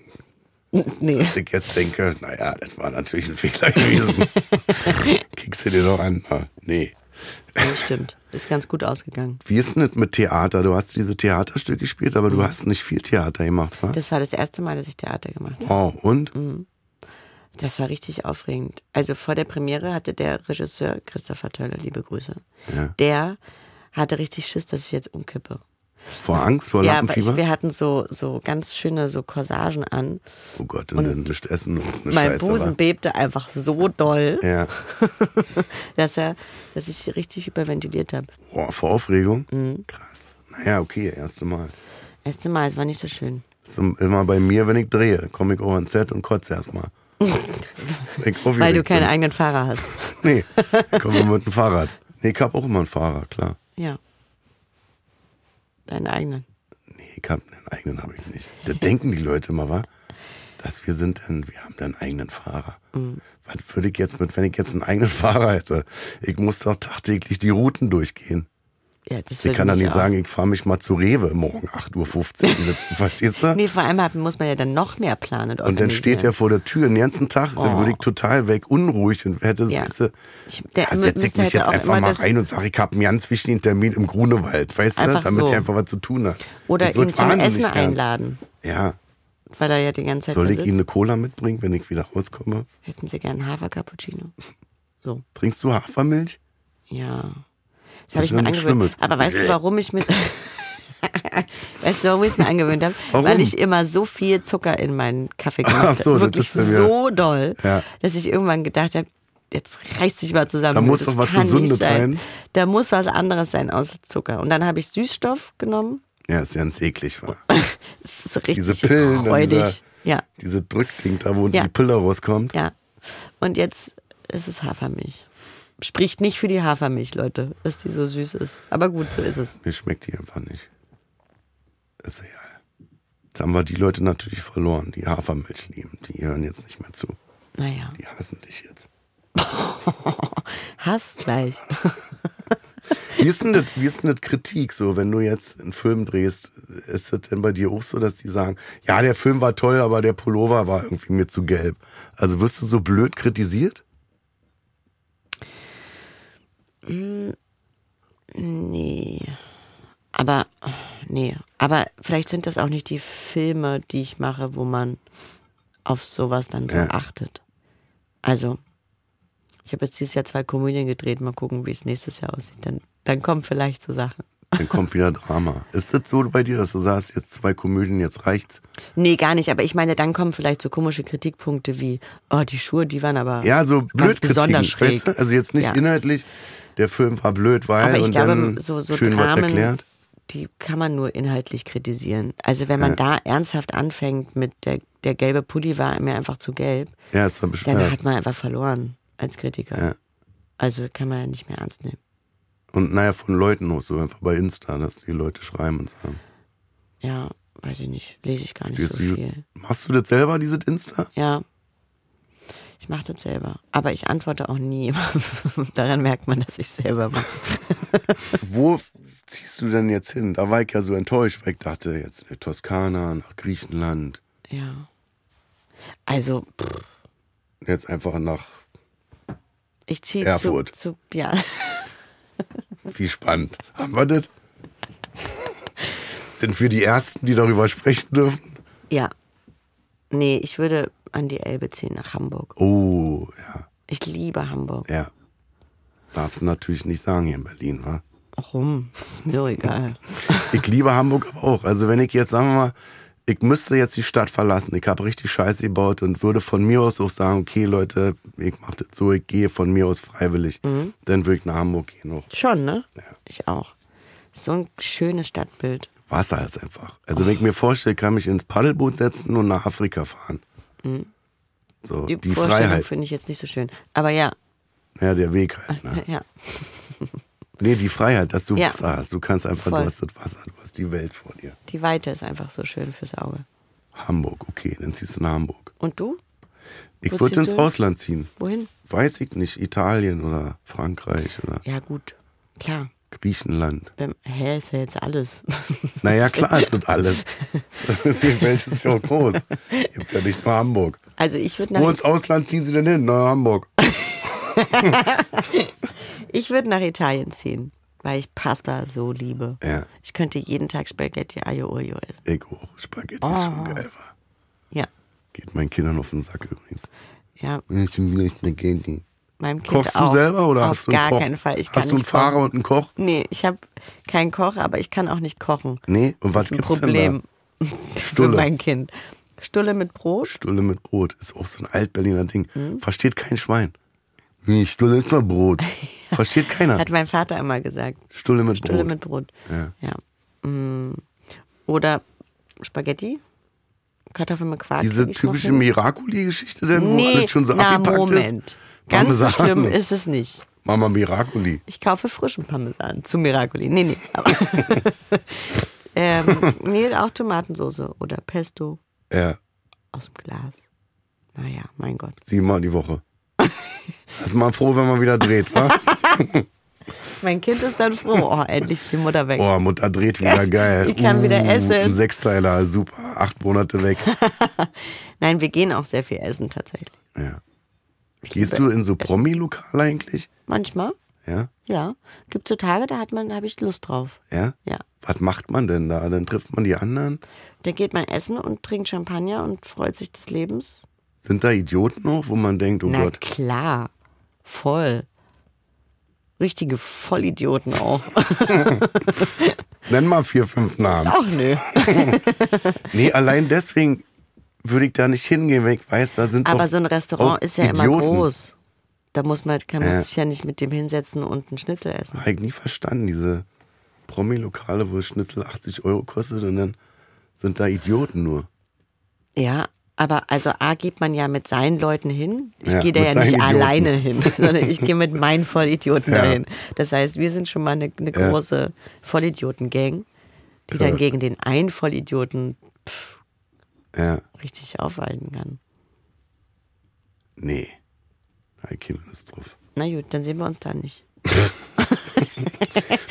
Speaker 3: nee,
Speaker 2: Dass Ich jetzt denke, naja, das war natürlich ein Fehler
Speaker 3: (laughs)
Speaker 2: gewesen. Kickst du dir doch an. Ah, Nee.
Speaker 3: das stimmt. Ist ganz gut ausgegangen.
Speaker 2: Wie ist denn das mit Theater? Du hast diese Theaterstück gespielt, aber du hast nicht viel Theater gemacht, wa?
Speaker 3: Mhm. Das Mhm. war das erste Mal, dass ich Theater gemacht habe.
Speaker 2: Wow, und?
Speaker 3: Das war richtig aufregend. Also vor der Premiere hatte der Regisseur Christopher Tölle, liebe Grüße,
Speaker 2: Ja.
Speaker 3: der hatte richtig Schiss, dass ich jetzt umkippe.
Speaker 2: Vor Angst, vor
Speaker 3: ja, aber
Speaker 2: Lampenfieber?
Speaker 3: ich, wir hatten so, so ganz schöne so Corsagen an.
Speaker 2: Oh Gott, und dann mischt Essen und eine
Speaker 3: mein
Speaker 2: Scheiße.
Speaker 3: Busen
Speaker 2: aber-
Speaker 3: bebte einfach so doll,
Speaker 2: Ja,
Speaker 3: dass, er, dass ich richtig hyperventiliert habe.
Speaker 2: Boah, vor Aufregung.
Speaker 3: Mhm.
Speaker 2: Krass. Naja, okay, erste Mal.
Speaker 3: Erste Mal, es war nicht so schön.
Speaker 2: Ist immer bei mir, wenn ich drehe, komme ich auch ans Set und
Speaker 3: (laughs)
Speaker 2: kotze erstmal.
Speaker 3: Weil du keinen eigenen Fahrer hast. (laughs)
Speaker 2: Nee, ich komme immer mit dem Fahrrad. Nee, ich habe auch immer einen Fahrer, klar.
Speaker 3: Ja. Deinen eigenen.
Speaker 2: Nee, ich habe einen eigenen, habe ich nicht. Da denken die Leute immer, wa? Dass wir sind dann, wir haben dann einen eigenen Fahrer.
Speaker 3: Mhm.
Speaker 2: Was würde ich jetzt mit, wenn ich jetzt einen eigenen (laughs) Fahrer hätte? Ich muss doch tagtäglich die Routen durchgehen.
Speaker 3: Ja, das
Speaker 2: Ich
Speaker 3: würde
Speaker 2: kann doch
Speaker 3: mich
Speaker 2: nicht
Speaker 3: auch-
Speaker 2: sagen, ich fahre mich mal zu Rewe morgen
Speaker 3: (laughs)
Speaker 2: 8.15 Uhr. Verstehst du?
Speaker 3: Nee, vor allem hat- muss man ja dann noch mehr planen. Und,
Speaker 2: Und dann steht er
Speaker 3: organisieren.
Speaker 2: vor der Tür den ganzen Tag, dann
Speaker 3: Oh.
Speaker 2: würde ich total weg, unruhig und hätte,
Speaker 3: Ja.
Speaker 2: weißt du,
Speaker 3: Ich- der
Speaker 2: da setze ich
Speaker 3: müsste
Speaker 2: Ah, mich
Speaker 3: hätte
Speaker 2: jetzt
Speaker 3: auch
Speaker 2: einfach
Speaker 3: immer
Speaker 2: mal
Speaker 3: das-
Speaker 2: rein und sage, ich habe einen ganz wichtigen Termin im Grunewald, weißt du,
Speaker 3: Einfach
Speaker 2: damit
Speaker 3: so.
Speaker 2: er einfach was zu tun hat.
Speaker 3: Oder
Speaker 2: Ich würd
Speaker 3: ihn zum
Speaker 2: wahnsinnig
Speaker 3: Essen
Speaker 2: gern.
Speaker 3: einladen,
Speaker 2: Ja,
Speaker 3: weil er ja die ganze Zeit
Speaker 2: soll
Speaker 3: da
Speaker 2: ich ihm eine
Speaker 3: sitzt.
Speaker 2: Cola mitbringen, wenn ich wieder rauskomme?
Speaker 3: Hätten sie gern Hafer-Cappuccino. So,
Speaker 2: Trinkst du Hafermilch?
Speaker 3: ja. Das habe
Speaker 2: ist
Speaker 3: ich mir
Speaker 2: ja nichts
Speaker 3: angewöhnt.
Speaker 2: Schlimmes.
Speaker 3: Aber weißt du, warum ich mir... (laughs) Weißt du, warum ich es mir angewöhnt habe?
Speaker 2: Warum?
Speaker 3: Weil ich immer so viel Zucker in meinen Kaffee gemacht
Speaker 2: Ach
Speaker 3: habe.
Speaker 2: so, das
Speaker 3: Wirklich
Speaker 2: ist ja wieder-
Speaker 3: so doll,
Speaker 2: Ja.
Speaker 3: dass ich irgendwann gedacht habe, jetzt reiß dich mal zusammen.
Speaker 2: Da muss
Speaker 3: das
Speaker 2: doch was
Speaker 3: kann nicht
Speaker 2: Gesundes
Speaker 3: sein.
Speaker 2: rein.
Speaker 3: Da muss was anderes sein außer Zucker. Und dann habe ich Süßstoff genommen. (laughs)
Speaker 2: Ja, ist ganz eklig, war.
Speaker 3: Es ist richtig
Speaker 2: Diese Pillen und dieser-
Speaker 3: räudig. Ja.
Speaker 2: Diese Drückding da, wo
Speaker 3: Ja.
Speaker 2: die Pille rauskommt.
Speaker 3: Ja. Und jetzt ist es Hafermilch. Spricht nicht für die Hafermilch, Leute, dass die so süß ist. Aber gut, so ist es.
Speaker 2: Mir schmeckt die einfach nicht. Ist egal. Jetzt haben wir die Leute natürlich verloren, die Hafermilch lieben. Die hören jetzt nicht mehr zu.
Speaker 3: Naja,
Speaker 2: Die hassen dich jetzt.
Speaker 3: Hass gleich.
Speaker 2: Wie ist denn das, wie ist denn das Kritik so, wenn du jetzt einen Film drehst? Ist das denn bei dir auch so, dass die sagen, ja, der Film war toll, aber der Pullover war irgendwie mir zu gelb? Also wirst du so blöd kritisiert?
Speaker 3: Nee. Aber, nee. Aber vielleicht sind das auch nicht die Filme, die ich mache, wo man auf sowas dann so
Speaker 2: Ja.
Speaker 3: achtet. Also, ich habe jetzt dieses Jahr zwei Komödien gedreht. Mal gucken, wie es nächstes Jahr aussieht. Dann, dann kommen vielleicht so Sachen.
Speaker 2: Dann kommt wieder Drama. Ist das so bei dir, dass du sagst, jetzt zwei Komödien, jetzt reicht's?
Speaker 3: Nee, gar nicht. Aber ich meine, dann kommen vielleicht so komische Kritikpunkte wie, oh, die Schuhe, die waren aber
Speaker 2: Ja, so
Speaker 3: ganz
Speaker 2: blöd
Speaker 3: besonders
Speaker 2: Kritiken,
Speaker 3: schräg.
Speaker 2: weißt du? Also jetzt nicht
Speaker 3: Ja.
Speaker 2: inhaltlich, der Film war blöd, weil
Speaker 3: Aber ich
Speaker 2: und
Speaker 3: glaube,
Speaker 2: dann
Speaker 3: so, so
Speaker 2: schön was
Speaker 3: Dramen,
Speaker 2: erklärt.
Speaker 3: die kann man nur inhaltlich kritisieren. Also wenn man da ernsthaft anfängt mit der, der gelbe Pulli war mir einfach zu gelb,
Speaker 2: Ja, ist dann
Speaker 3: dann
Speaker 2: bescheuert.
Speaker 3: hat man einfach verloren als Kritiker.
Speaker 2: Ja.
Speaker 3: Also kann man ja nicht mehr ernst nehmen.
Speaker 2: Und naja, von Leuten auch so, einfach bei Insta, dass die Leute schreiben und sagen.
Speaker 3: Ja, weiß ich nicht, lese ich gar nicht
Speaker 2: Stehst
Speaker 3: so
Speaker 2: du-
Speaker 3: viel.
Speaker 2: Machst du das selber, dieses Insta?
Speaker 3: Ja. Ich mache das selber. Aber ich antworte auch nie. (laughs) Daran merkt man, dass ich selber mache.
Speaker 2: Wo ziehst du denn jetzt hin? Da war ich ja so enttäuscht, weil ich dachte, jetzt in die Toskana, nach Griechenland,
Speaker 3: Ja. Also, pff,
Speaker 2: jetzt einfach nach,
Speaker 3: ich ziehe zu,
Speaker 2: Erfurt.
Speaker 3: zu. Ja.
Speaker 2: wie spannend. Haben
Speaker 3: (laughs)
Speaker 2: wir das? Sind wir die Ersten, die darüber sprechen dürfen?
Speaker 3: Ja. Nee, ich würde an die Elbe ziehen nach Hamburg.
Speaker 2: Oh, ja,
Speaker 3: Ich liebe Hamburg.
Speaker 2: ja. Darfst du natürlich nicht sagen hier in Berlin, wa?
Speaker 3: Warum? Ist mir doch egal.
Speaker 2: Ich liebe Hamburg aber auch. Also wenn ich jetzt, sagen wir mal, ich müsste jetzt die Stadt verlassen, ich habe richtig Scheiße gebaut und würde von mir aus auch sagen, okay Leute, ich mache das so, ich gehe von mir aus freiwillig,
Speaker 3: Mhm.
Speaker 2: dann würde ich nach Hamburg gehen. Auch
Speaker 3: Schon, ne? Ich auch. So ein schönes Stadtbild.
Speaker 2: Wasser ist einfach. Also wenn ich mir vorstelle, kann mich ins Paddelboot setzen und nach Afrika fahren. So,
Speaker 3: Mhm. Die,
Speaker 2: die,
Speaker 3: Vorstellung
Speaker 2: Freiheit.
Speaker 3: finde ich jetzt nicht so schön. Aber ja,
Speaker 2: Ja, der Weg halt.
Speaker 3: (laughs)
Speaker 2: Ne?
Speaker 3: ja.
Speaker 2: Nee, die Freiheit, dass du
Speaker 3: Ja.
Speaker 2: Wasser hast. Du kannst einfach,
Speaker 3: Voll.
Speaker 2: du hast das Wasser, du hast die Welt vor dir.
Speaker 3: Die Weite ist einfach so schön fürs Auge.
Speaker 2: Hamburg, okay, dann ziehst du nach Hamburg.
Speaker 3: Und du?
Speaker 2: Ich
Speaker 3: Wo
Speaker 2: würde
Speaker 3: ziehst
Speaker 2: ins
Speaker 3: du hin?
Speaker 2: Ausland ziehen.
Speaker 3: Wohin?
Speaker 2: Weiß ich nicht, Italien oder Frankreich oder
Speaker 3: Ja, gut. Klar.
Speaker 2: Griechenland.
Speaker 3: Beim, hä, ist ja jetzt alles. (laughs)
Speaker 2: Naja, klar also ist das alles. (laughs) Die Welt ist ja auch groß. Gibt ja nicht nur Hamburg.
Speaker 3: Also ich würde
Speaker 2: Wo
Speaker 3: nach,
Speaker 2: ins Ausland ziehen sie denn hin? Na, Hamburg.
Speaker 3: ich würd nach Italien ziehen, weil ich Pasta so liebe.
Speaker 2: Ja.
Speaker 3: Ich könnte jeden Tag Spaghetti Aglio Olio essen.
Speaker 2: Ich auch. Spaghetti ist schon
Speaker 3: Ah.
Speaker 2: geil. wa?
Speaker 3: Ja.
Speaker 2: Geht meinen Kindern auf den Sack übrigens.
Speaker 3: Ja,
Speaker 2: Ich will Spaghetti.
Speaker 3: meinem Kind
Speaker 2: Kochst du
Speaker 3: auch.
Speaker 2: selber oder
Speaker 3: Auf
Speaker 2: hast du einen
Speaker 3: gar
Speaker 2: Koch?
Speaker 3: keinen Fall. Ich
Speaker 2: hast
Speaker 3: kann
Speaker 2: du einen
Speaker 3: nicht
Speaker 2: Fahrer
Speaker 3: kochen.
Speaker 2: und einen Koch?
Speaker 3: Nee, ich habe keinen Koch, aber ich kann auch nicht kochen.
Speaker 2: Nee, und was
Speaker 3: das ist ein
Speaker 2: gibt's denn
Speaker 3: Problem für
Speaker 2: Stulle.
Speaker 3: mein Kind. Stulle mit Brot?
Speaker 2: Stulle mit Brot ist auch so ein Altberliner Ding.
Speaker 3: Mhm.
Speaker 2: Versteht kein Schwein. Nee, Stulle ist
Speaker 3: (laughs)
Speaker 2: mal Brot. Versteht keiner.
Speaker 3: Hat mein Vater immer gesagt.
Speaker 2: Stulle mit
Speaker 3: Stulle
Speaker 2: Brot.
Speaker 3: mit Brot.
Speaker 2: Ja.
Speaker 3: Mm. Oder Spaghetti? Kartoffeln mit Quark.
Speaker 2: Diese
Speaker 3: krieg ich noch
Speaker 2: typische
Speaker 3: hin?
Speaker 2: Miracoli-Geschichte denn, wo
Speaker 3: Nee,
Speaker 2: alles schon so
Speaker 3: na
Speaker 2: abgepackt
Speaker 3: Moment.
Speaker 2: ist?
Speaker 3: Ganz so
Speaker 2: Parmesan.
Speaker 3: schlimm ist es nicht.
Speaker 2: Mama Miracoli.
Speaker 3: Ich kaufe frischen Parmesan zu Miracoli. Nee, nee.
Speaker 2: (laughs)
Speaker 3: Aber ähm, nee, auch Tomatensoße oder Pesto
Speaker 2: Ja,
Speaker 3: aus dem Glas. Naja, mein Gott.
Speaker 2: siebenmal
Speaker 3: (laughs)
Speaker 2: die Woche. Ist mal froh, wenn man wieder dreht, wa?
Speaker 3: Mein Kind ist dann froh. Oh, endlich ist die Mutter weg.
Speaker 2: Boah, Mutter dreht wieder geil. Mm,
Speaker 3: Ich kann wieder essen.
Speaker 2: Ein Sechsteiler, super. Acht
Speaker 3: (laughs)
Speaker 2: Monate weg.
Speaker 3: Nein, wir gehen auch sehr viel essen tatsächlich.
Speaker 2: Ja. Gehst du in so Promi-Lokal eigentlich?
Speaker 3: Manchmal,
Speaker 2: Ja?
Speaker 3: ja. Gibt so Tage, da hat man, habe ich Lust drauf.
Speaker 2: Ja?
Speaker 3: Ja.
Speaker 2: Was macht man denn da? Dann trifft man die anderen.
Speaker 3: Da geht man essen und trinkt Champagner und freut sich des Lebens.
Speaker 2: Sind da Idioten auch, wo man denkt, oh
Speaker 3: Na
Speaker 2: Gott,
Speaker 3: klar, voll. Richtige Vollidioten auch.
Speaker 2: nenn mal vier, fünf Namen.
Speaker 3: Ach nö.
Speaker 2: Nee, allein deswegen würde ich da nicht hingehen, wenn ich weiß, da sind
Speaker 3: Aber
Speaker 2: doch
Speaker 3: so ein Restaurant
Speaker 2: auch
Speaker 3: ist ja immer
Speaker 2: Idioten.
Speaker 3: groß. Da muss man, kann, muss
Speaker 2: Ja.
Speaker 3: ich ja nicht mit dem hinsetzen und einen Schnitzel essen.
Speaker 2: Habe ich nie verstanden, diese Promi-Lokale, wo Schnitzel 80 Euro kostet und dann sind da Idioten nur.
Speaker 3: Ja, aber also A geht man ja mit seinen Leuten hin. Ich
Speaker 2: Ja,
Speaker 3: gehe da
Speaker 2: mit
Speaker 3: ja nicht
Speaker 2: seinen Idioten.
Speaker 3: alleine
Speaker 2: (laughs)
Speaker 3: hin, sondern ich gehe mit meinen Vollidioten
Speaker 2: Ja.
Speaker 3: dahin. Das heißt, wir sind schon mal eine, eine
Speaker 2: Ja.
Speaker 3: große Vollidioten-Gang, die dann
Speaker 2: Krass.
Speaker 3: gegen den einen Vollidioten pff,
Speaker 2: Ja,
Speaker 3: richtig aufhalten kann.
Speaker 2: nee. Da hab ich keine Lust drauf.
Speaker 3: Na gut, dann sehen wir uns da nicht.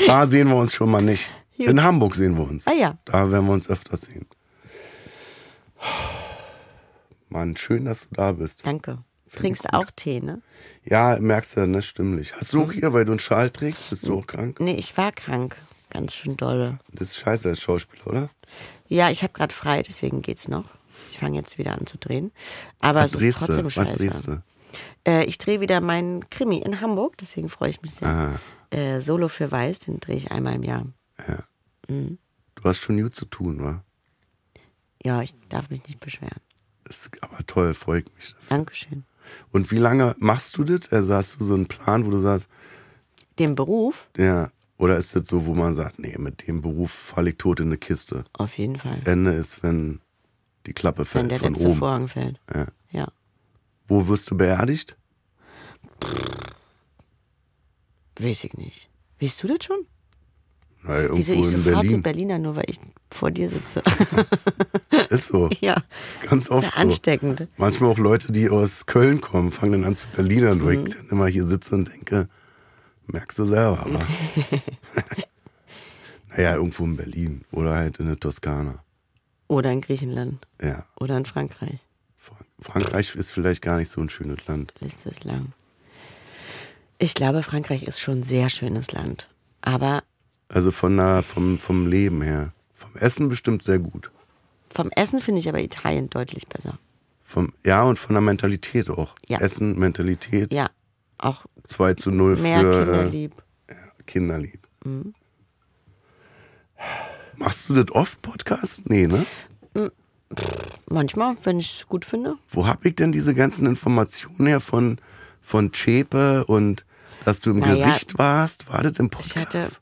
Speaker 2: Da sehen wir uns schon mal nicht. In Hamburg sehen wir uns.
Speaker 3: Ah ja.
Speaker 2: Da werden wir uns öfter sehen. Mann, schön, dass du da bist.
Speaker 3: Danke. Trinkst auch Tee, ne?
Speaker 2: Ja, merkst du, ne, stimmlich. Hast
Speaker 3: Mhm.
Speaker 2: du auch hier, weil du einen Schal trägst, bist du auch krank?
Speaker 3: Nee, ich war krank. Ganz schön dolle.
Speaker 2: Das ist scheiße als Schauspieler, oder?
Speaker 3: Ja, ich habe gerade frei, deswegen geht's noch. Ich fange jetzt wieder an zu drehen. Aber es ist
Speaker 2: drehst du?
Speaker 3: trotzdem
Speaker 2: Was drehst
Speaker 3: scheiße.
Speaker 2: du?
Speaker 3: Äh, ich drehe wieder meinen Krimi in Hamburg, deswegen freue ich mich sehr. Äh, Solo für Weiß, den drehe ich einmal im Jahr.
Speaker 2: Du hast schon gut zu tun, wa?
Speaker 3: Ja, ich darf mich nicht beschweren.
Speaker 2: Ist aber toll, freut mich.
Speaker 3: Dankeschön.
Speaker 2: Und wie lange machst du das? Also hast du so einen Plan, wo du sagst,
Speaker 3: Den Beruf?
Speaker 2: ja, oder ist das so, wo man sagt, nee, mit dem Beruf falle ich tot in eine Kiste?
Speaker 3: Auf jeden Fall.
Speaker 2: Ende ist, wenn die Klappe fällt
Speaker 3: wenn der
Speaker 2: Äh, von
Speaker 3: letzte
Speaker 2: oben.
Speaker 3: Vorhang fällt.
Speaker 2: Ja.
Speaker 3: Ja.
Speaker 2: Wo wirst du beerdigt?
Speaker 3: Weiß ich nicht. Weißt du das schon?
Speaker 2: Na, irgendwo
Speaker 3: Wieso ich so
Speaker 2: in
Speaker 3: frage
Speaker 2: Berlin.
Speaker 3: Berliner, nur weil ich vor dir
Speaker 2: (laughs)
Speaker 3: sitze? (laughs)
Speaker 2: Ist so.
Speaker 3: ja.
Speaker 2: Ganz oft so.
Speaker 3: Ansteckend.
Speaker 2: Manchmal auch Leute, die aus Köln kommen, fangen dann an zu Berlinern, wo
Speaker 3: Mhm.
Speaker 2: ich dann immer hier sitze und denke, merkst du
Speaker 3: (laughs)
Speaker 2: selber, aber. naja, irgendwo in Berlin oder halt in der Toskana.
Speaker 3: Oder in Griechenland.
Speaker 2: Ja.
Speaker 3: Oder in Frankreich.
Speaker 2: Frank Frankreich ist vielleicht gar nicht so ein schönes Land.
Speaker 3: Liste ist lang. Ich glaube, Frankreich ist schon ein sehr schönes Land. Aber
Speaker 2: Also von der, vom, vom Leben her. Vom Essen bestimmt sehr gut.
Speaker 3: vom Essen finde ich aber Italien deutlich besser.
Speaker 2: Vom, ja, und von der Mentalität auch.
Speaker 3: Ja.
Speaker 2: Essen, Mentalität,
Speaker 3: Ja, auch
Speaker 2: 2 zu 0
Speaker 3: mehr
Speaker 2: für
Speaker 3: kinderlieb. Mhm.
Speaker 2: Äh, Kinderlieb. Machst du das oft, Podcast? Nee, ne?
Speaker 3: Manchmal, wenn ich es gut finde.
Speaker 2: Wo hab ich denn diese ganzen Informationen her von, von Chepe und dass du im
Speaker 3: Naja,
Speaker 2: Gericht warst? War das im Podcast?
Speaker 3: Ich hatte,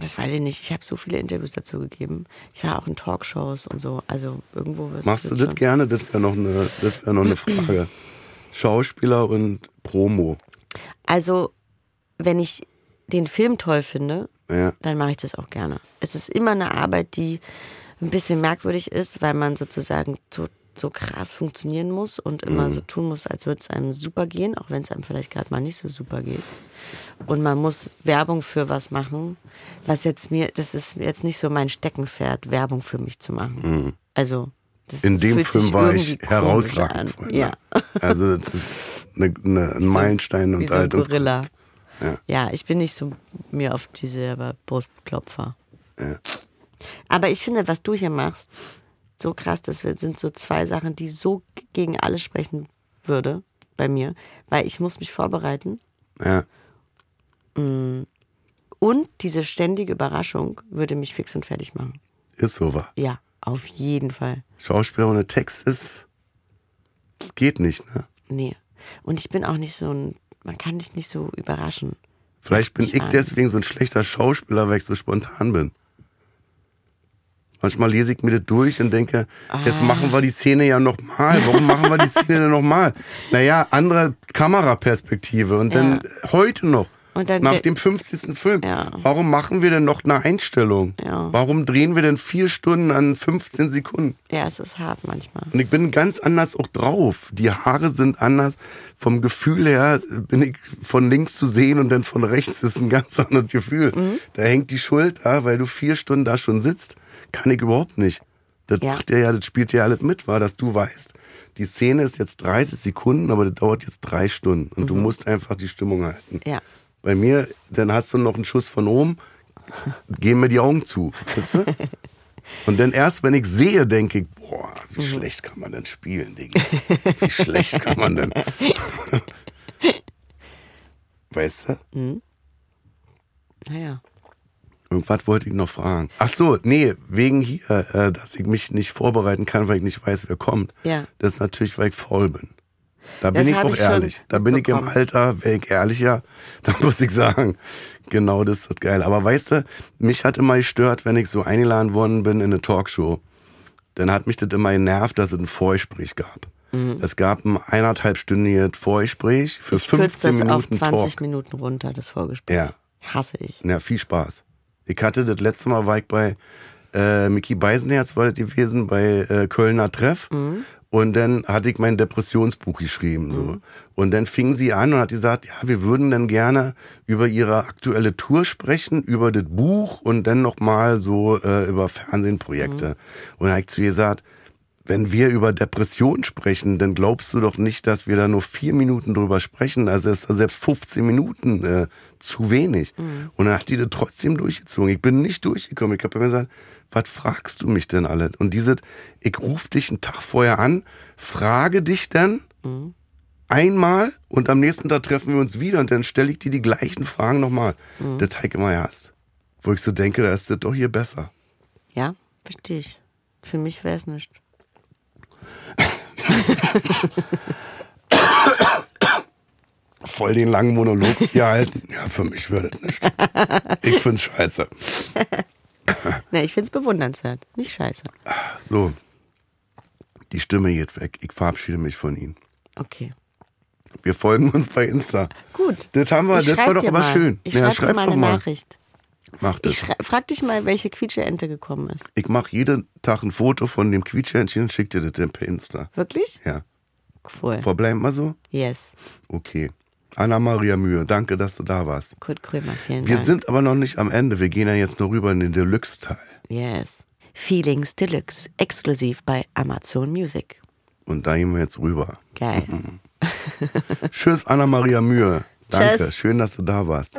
Speaker 3: das weiß ich nicht, ich habe so viele Interviews dazu gegeben. Ich war auch in Talkshows und so. Also irgendwo wirst
Speaker 2: Machst du
Speaker 3: schon-
Speaker 2: das gerne? Das wäre noch, eine- das wär
Speaker 3: (clears throat)
Speaker 2: noch eine Frage. Schauspieler und Promo.
Speaker 3: Also, wenn ich den Film toll finde,
Speaker 2: Ja.
Speaker 3: dann mache ich das auch gerne. Es ist immer eine Arbeit, die ein bisschen merkwürdig ist, weil man sozusagen so, so krass funktionieren muss und immer
Speaker 2: Mhm.
Speaker 3: so tun muss, als würde es einem super gehen, auch wenn es einem vielleicht gerade mal nicht so super geht. Und man muss Werbung für was machen, was jetzt mir, das ist jetzt nicht so mein Steckenpferd, Werbung für mich zu machen. Also, das
Speaker 2: Mhm. In dem
Speaker 3: fühlt
Speaker 2: Film
Speaker 3: sich
Speaker 2: war
Speaker 3: irgendwie
Speaker 2: ich
Speaker 3: komisch an.
Speaker 2: herausragend, Freunde.
Speaker 3: Ja.
Speaker 2: Also das ist eine,
Speaker 3: (laughs)
Speaker 2: eine, ein Meilenstein
Speaker 3: Wie
Speaker 2: und
Speaker 3: so ein
Speaker 2: Altungskunst.
Speaker 3: Gorilla.
Speaker 2: Ja.
Speaker 3: Ja. ich bin nicht so mir auf diese aber Brustklopfer.
Speaker 2: Ja.
Speaker 3: Aber ich finde, was du hier machst, so krass, das sind so zwei Sachen, die so gegen alles sprechen würde bei mir, weil ich muss mich vorbereiten
Speaker 2: Ja.
Speaker 3: und diese ständige Überraschung würde mich fix und fertig machen.
Speaker 2: Ist so wahr.
Speaker 3: Ja, auf jeden Fall.
Speaker 2: Schauspieler ohne Text ist geht nicht, ne?
Speaker 3: Nee. Und ich bin auch nicht so ein, man kann mich nicht so überraschen.
Speaker 2: Vielleicht bin
Speaker 3: Ich
Speaker 2: ich
Speaker 3: weiß.
Speaker 2: deswegen so ein schlechter Schauspieler, weil ich so spontan bin. Manchmal lese ich mir das durch und denke, jetzt
Speaker 3: Ah.
Speaker 2: machen wir die Szene ja nochmal. Warum machen
Speaker 3: (laughs)
Speaker 2: wir die Szene denn nochmal? Naja, andere Kameraperspektive und dann heute noch.
Speaker 3: Und dann
Speaker 2: nach
Speaker 3: de-
Speaker 2: dem 50. Film.
Speaker 3: Ja.
Speaker 2: Warum machen wir denn noch eine Einstellung?
Speaker 3: Ja.
Speaker 2: Warum drehen wir denn vier Stunden an 15 Sekunden?
Speaker 3: Ja, es ist hart manchmal.
Speaker 2: Und ich bin ganz anders auch drauf. Die Haare sind anders. Vom Gefühl her bin ich von links zu sehen und dann von rechts ist ein ganz anderes Gefühl. Da hängt die Schulter, weil du vier Stunden da schon sitzt, kann ich überhaupt nicht. Das
Speaker 3: Ja.
Speaker 2: macht ja, ja, das spielt ja alles mit, war, dass du weißt, die Szene ist jetzt 30 Sekunden, aber das dauert jetzt drei Stunden und du musst einfach die Stimmung halten.
Speaker 3: Ja.
Speaker 2: Bei mir, dann hast du noch einen Schuss von oben, gehen mir die Augen zu. Weißt du? Und dann erst, wenn ich sehe, denke ich, boah, wie schlecht kann man denn spielen, Digga? Wie schlecht kann man denn? weißt du?
Speaker 3: Naja.
Speaker 2: Irgendwas wollte ich noch fragen. Ach so, nee, wegen hier, äh, dass ich mich nicht vorbereiten kann, weil ich nicht weiß, wer kommt.
Speaker 3: Ja.
Speaker 2: Das ist natürlich, weil ich faul bin. Da
Speaker 3: Das
Speaker 2: bin ich
Speaker 3: hab
Speaker 2: auch
Speaker 3: ich schon
Speaker 2: ehrlich. Da bin ich im
Speaker 3: mitbekommen.
Speaker 2: Alter, wäre ich ehrlicher, (laughs) da muss ich sagen, genau das ist das Geile. Aber weißt du, mich hat immer gestört, wenn ich so eingeladen worden bin in eine Talkshow, dann hat mich das immer genervt, dass es ein Vorgespräch gab. Es gab ein eineinhalbstündiges Vorgespräch für
Speaker 3: Mhm. Ich kürze
Speaker 2: 15
Speaker 3: das auf
Speaker 2: Minuten
Speaker 3: 20
Speaker 2: Talk.
Speaker 3: Minuten runter, das Vorgespräch.
Speaker 2: Ja.
Speaker 3: Hasse ich.
Speaker 2: Na, viel Spaß. Ich hatte das letzte Mal war ich bei äh, Mickey Beisenherz war das gewesen bei äh, Kölner Treff. Und dann hatte ich mein Depressionsbuch geschrieben. So. Und dann fing sie an und hat gesagt, ja, wir würden dann gerne über ihre aktuelle Tour sprechen, über das Buch und dann nochmal so äh, über Fernsehenprojekte. Und dann habe ich zu ihr gesagt, wenn wir über Depression sprechen, dann glaubst du doch nicht, dass wir da nur vier Minuten drüber sprechen. Also ist da selbst 15 Minuten äh, zu wenig. Und dann hat die das trotzdem durchgezogen. Ich bin nicht durchgekommen. Ich habe immer gesagt, was fragst du mich denn alle? Und diese, ich rufe dich einen Tag vorher an, frage dich dann einmal und am nächsten Tag treffen wir uns wieder und dann stelle ich dir die gleichen Fragen nochmal. Der Teig immer erst. Wo ich so denke, da ist das doch hier besser.
Speaker 3: Ja, verstehe ich. Für mich wäre es nicht.
Speaker 2: voll den langen Monolog gehalten. Ja, für mich würde das nicht. Ich find's scheiße.
Speaker 3: Ne, ich finde es bewundernswert. Nicht scheiße.
Speaker 2: So. Die Stimme geht weg. Ich verabschiede mich von Ihnen.
Speaker 3: Okay.
Speaker 2: Wir folgen uns bei Insta.
Speaker 3: Gut.
Speaker 2: Das haben wir,
Speaker 3: Ich
Speaker 2: das
Speaker 3: schreib
Speaker 2: war doch
Speaker 3: dir
Speaker 2: aber
Speaker 3: mal.
Speaker 2: schön.
Speaker 3: Ich
Speaker 2: Ja,
Speaker 3: schreib dir
Speaker 2: schreib
Speaker 3: mal
Speaker 2: doch
Speaker 3: eine
Speaker 2: mal.
Speaker 3: Nachricht.
Speaker 2: Mach das.
Speaker 3: Ich schrei- frag dich mal, welche Quietscheente gekommen ist.
Speaker 2: Ich mache jeden Tag ein Foto von dem Quietschhändchen und schicke dir das dann per Insta.
Speaker 3: Wirklich?
Speaker 2: Ja.
Speaker 3: Cool.
Speaker 2: Verbleibt mal so?
Speaker 3: Yes.
Speaker 2: Okay. Anna-Maria Mühe, danke, dass du da warst.
Speaker 3: Kurt Krömer, vielen
Speaker 2: Wir
Speaker 3: Dank.
Speaker 2: sind aber noch nicht am Ende. Wir gehen ja jetzt noch rüber in den Deluxe-Teil.
Speaker 3: yes. Feelings Deluxe, exklusiv bei Amazon Music.
Speaker 2: Und da gehen wir jetzt rüber.
Speaker 3: Geil.
Speaker 2: Mhm. Tschüss, Anna-Maria Mühe. Danke.
Speaker 3: Tschüss.
Speaker 2: Schön, dass du da warst.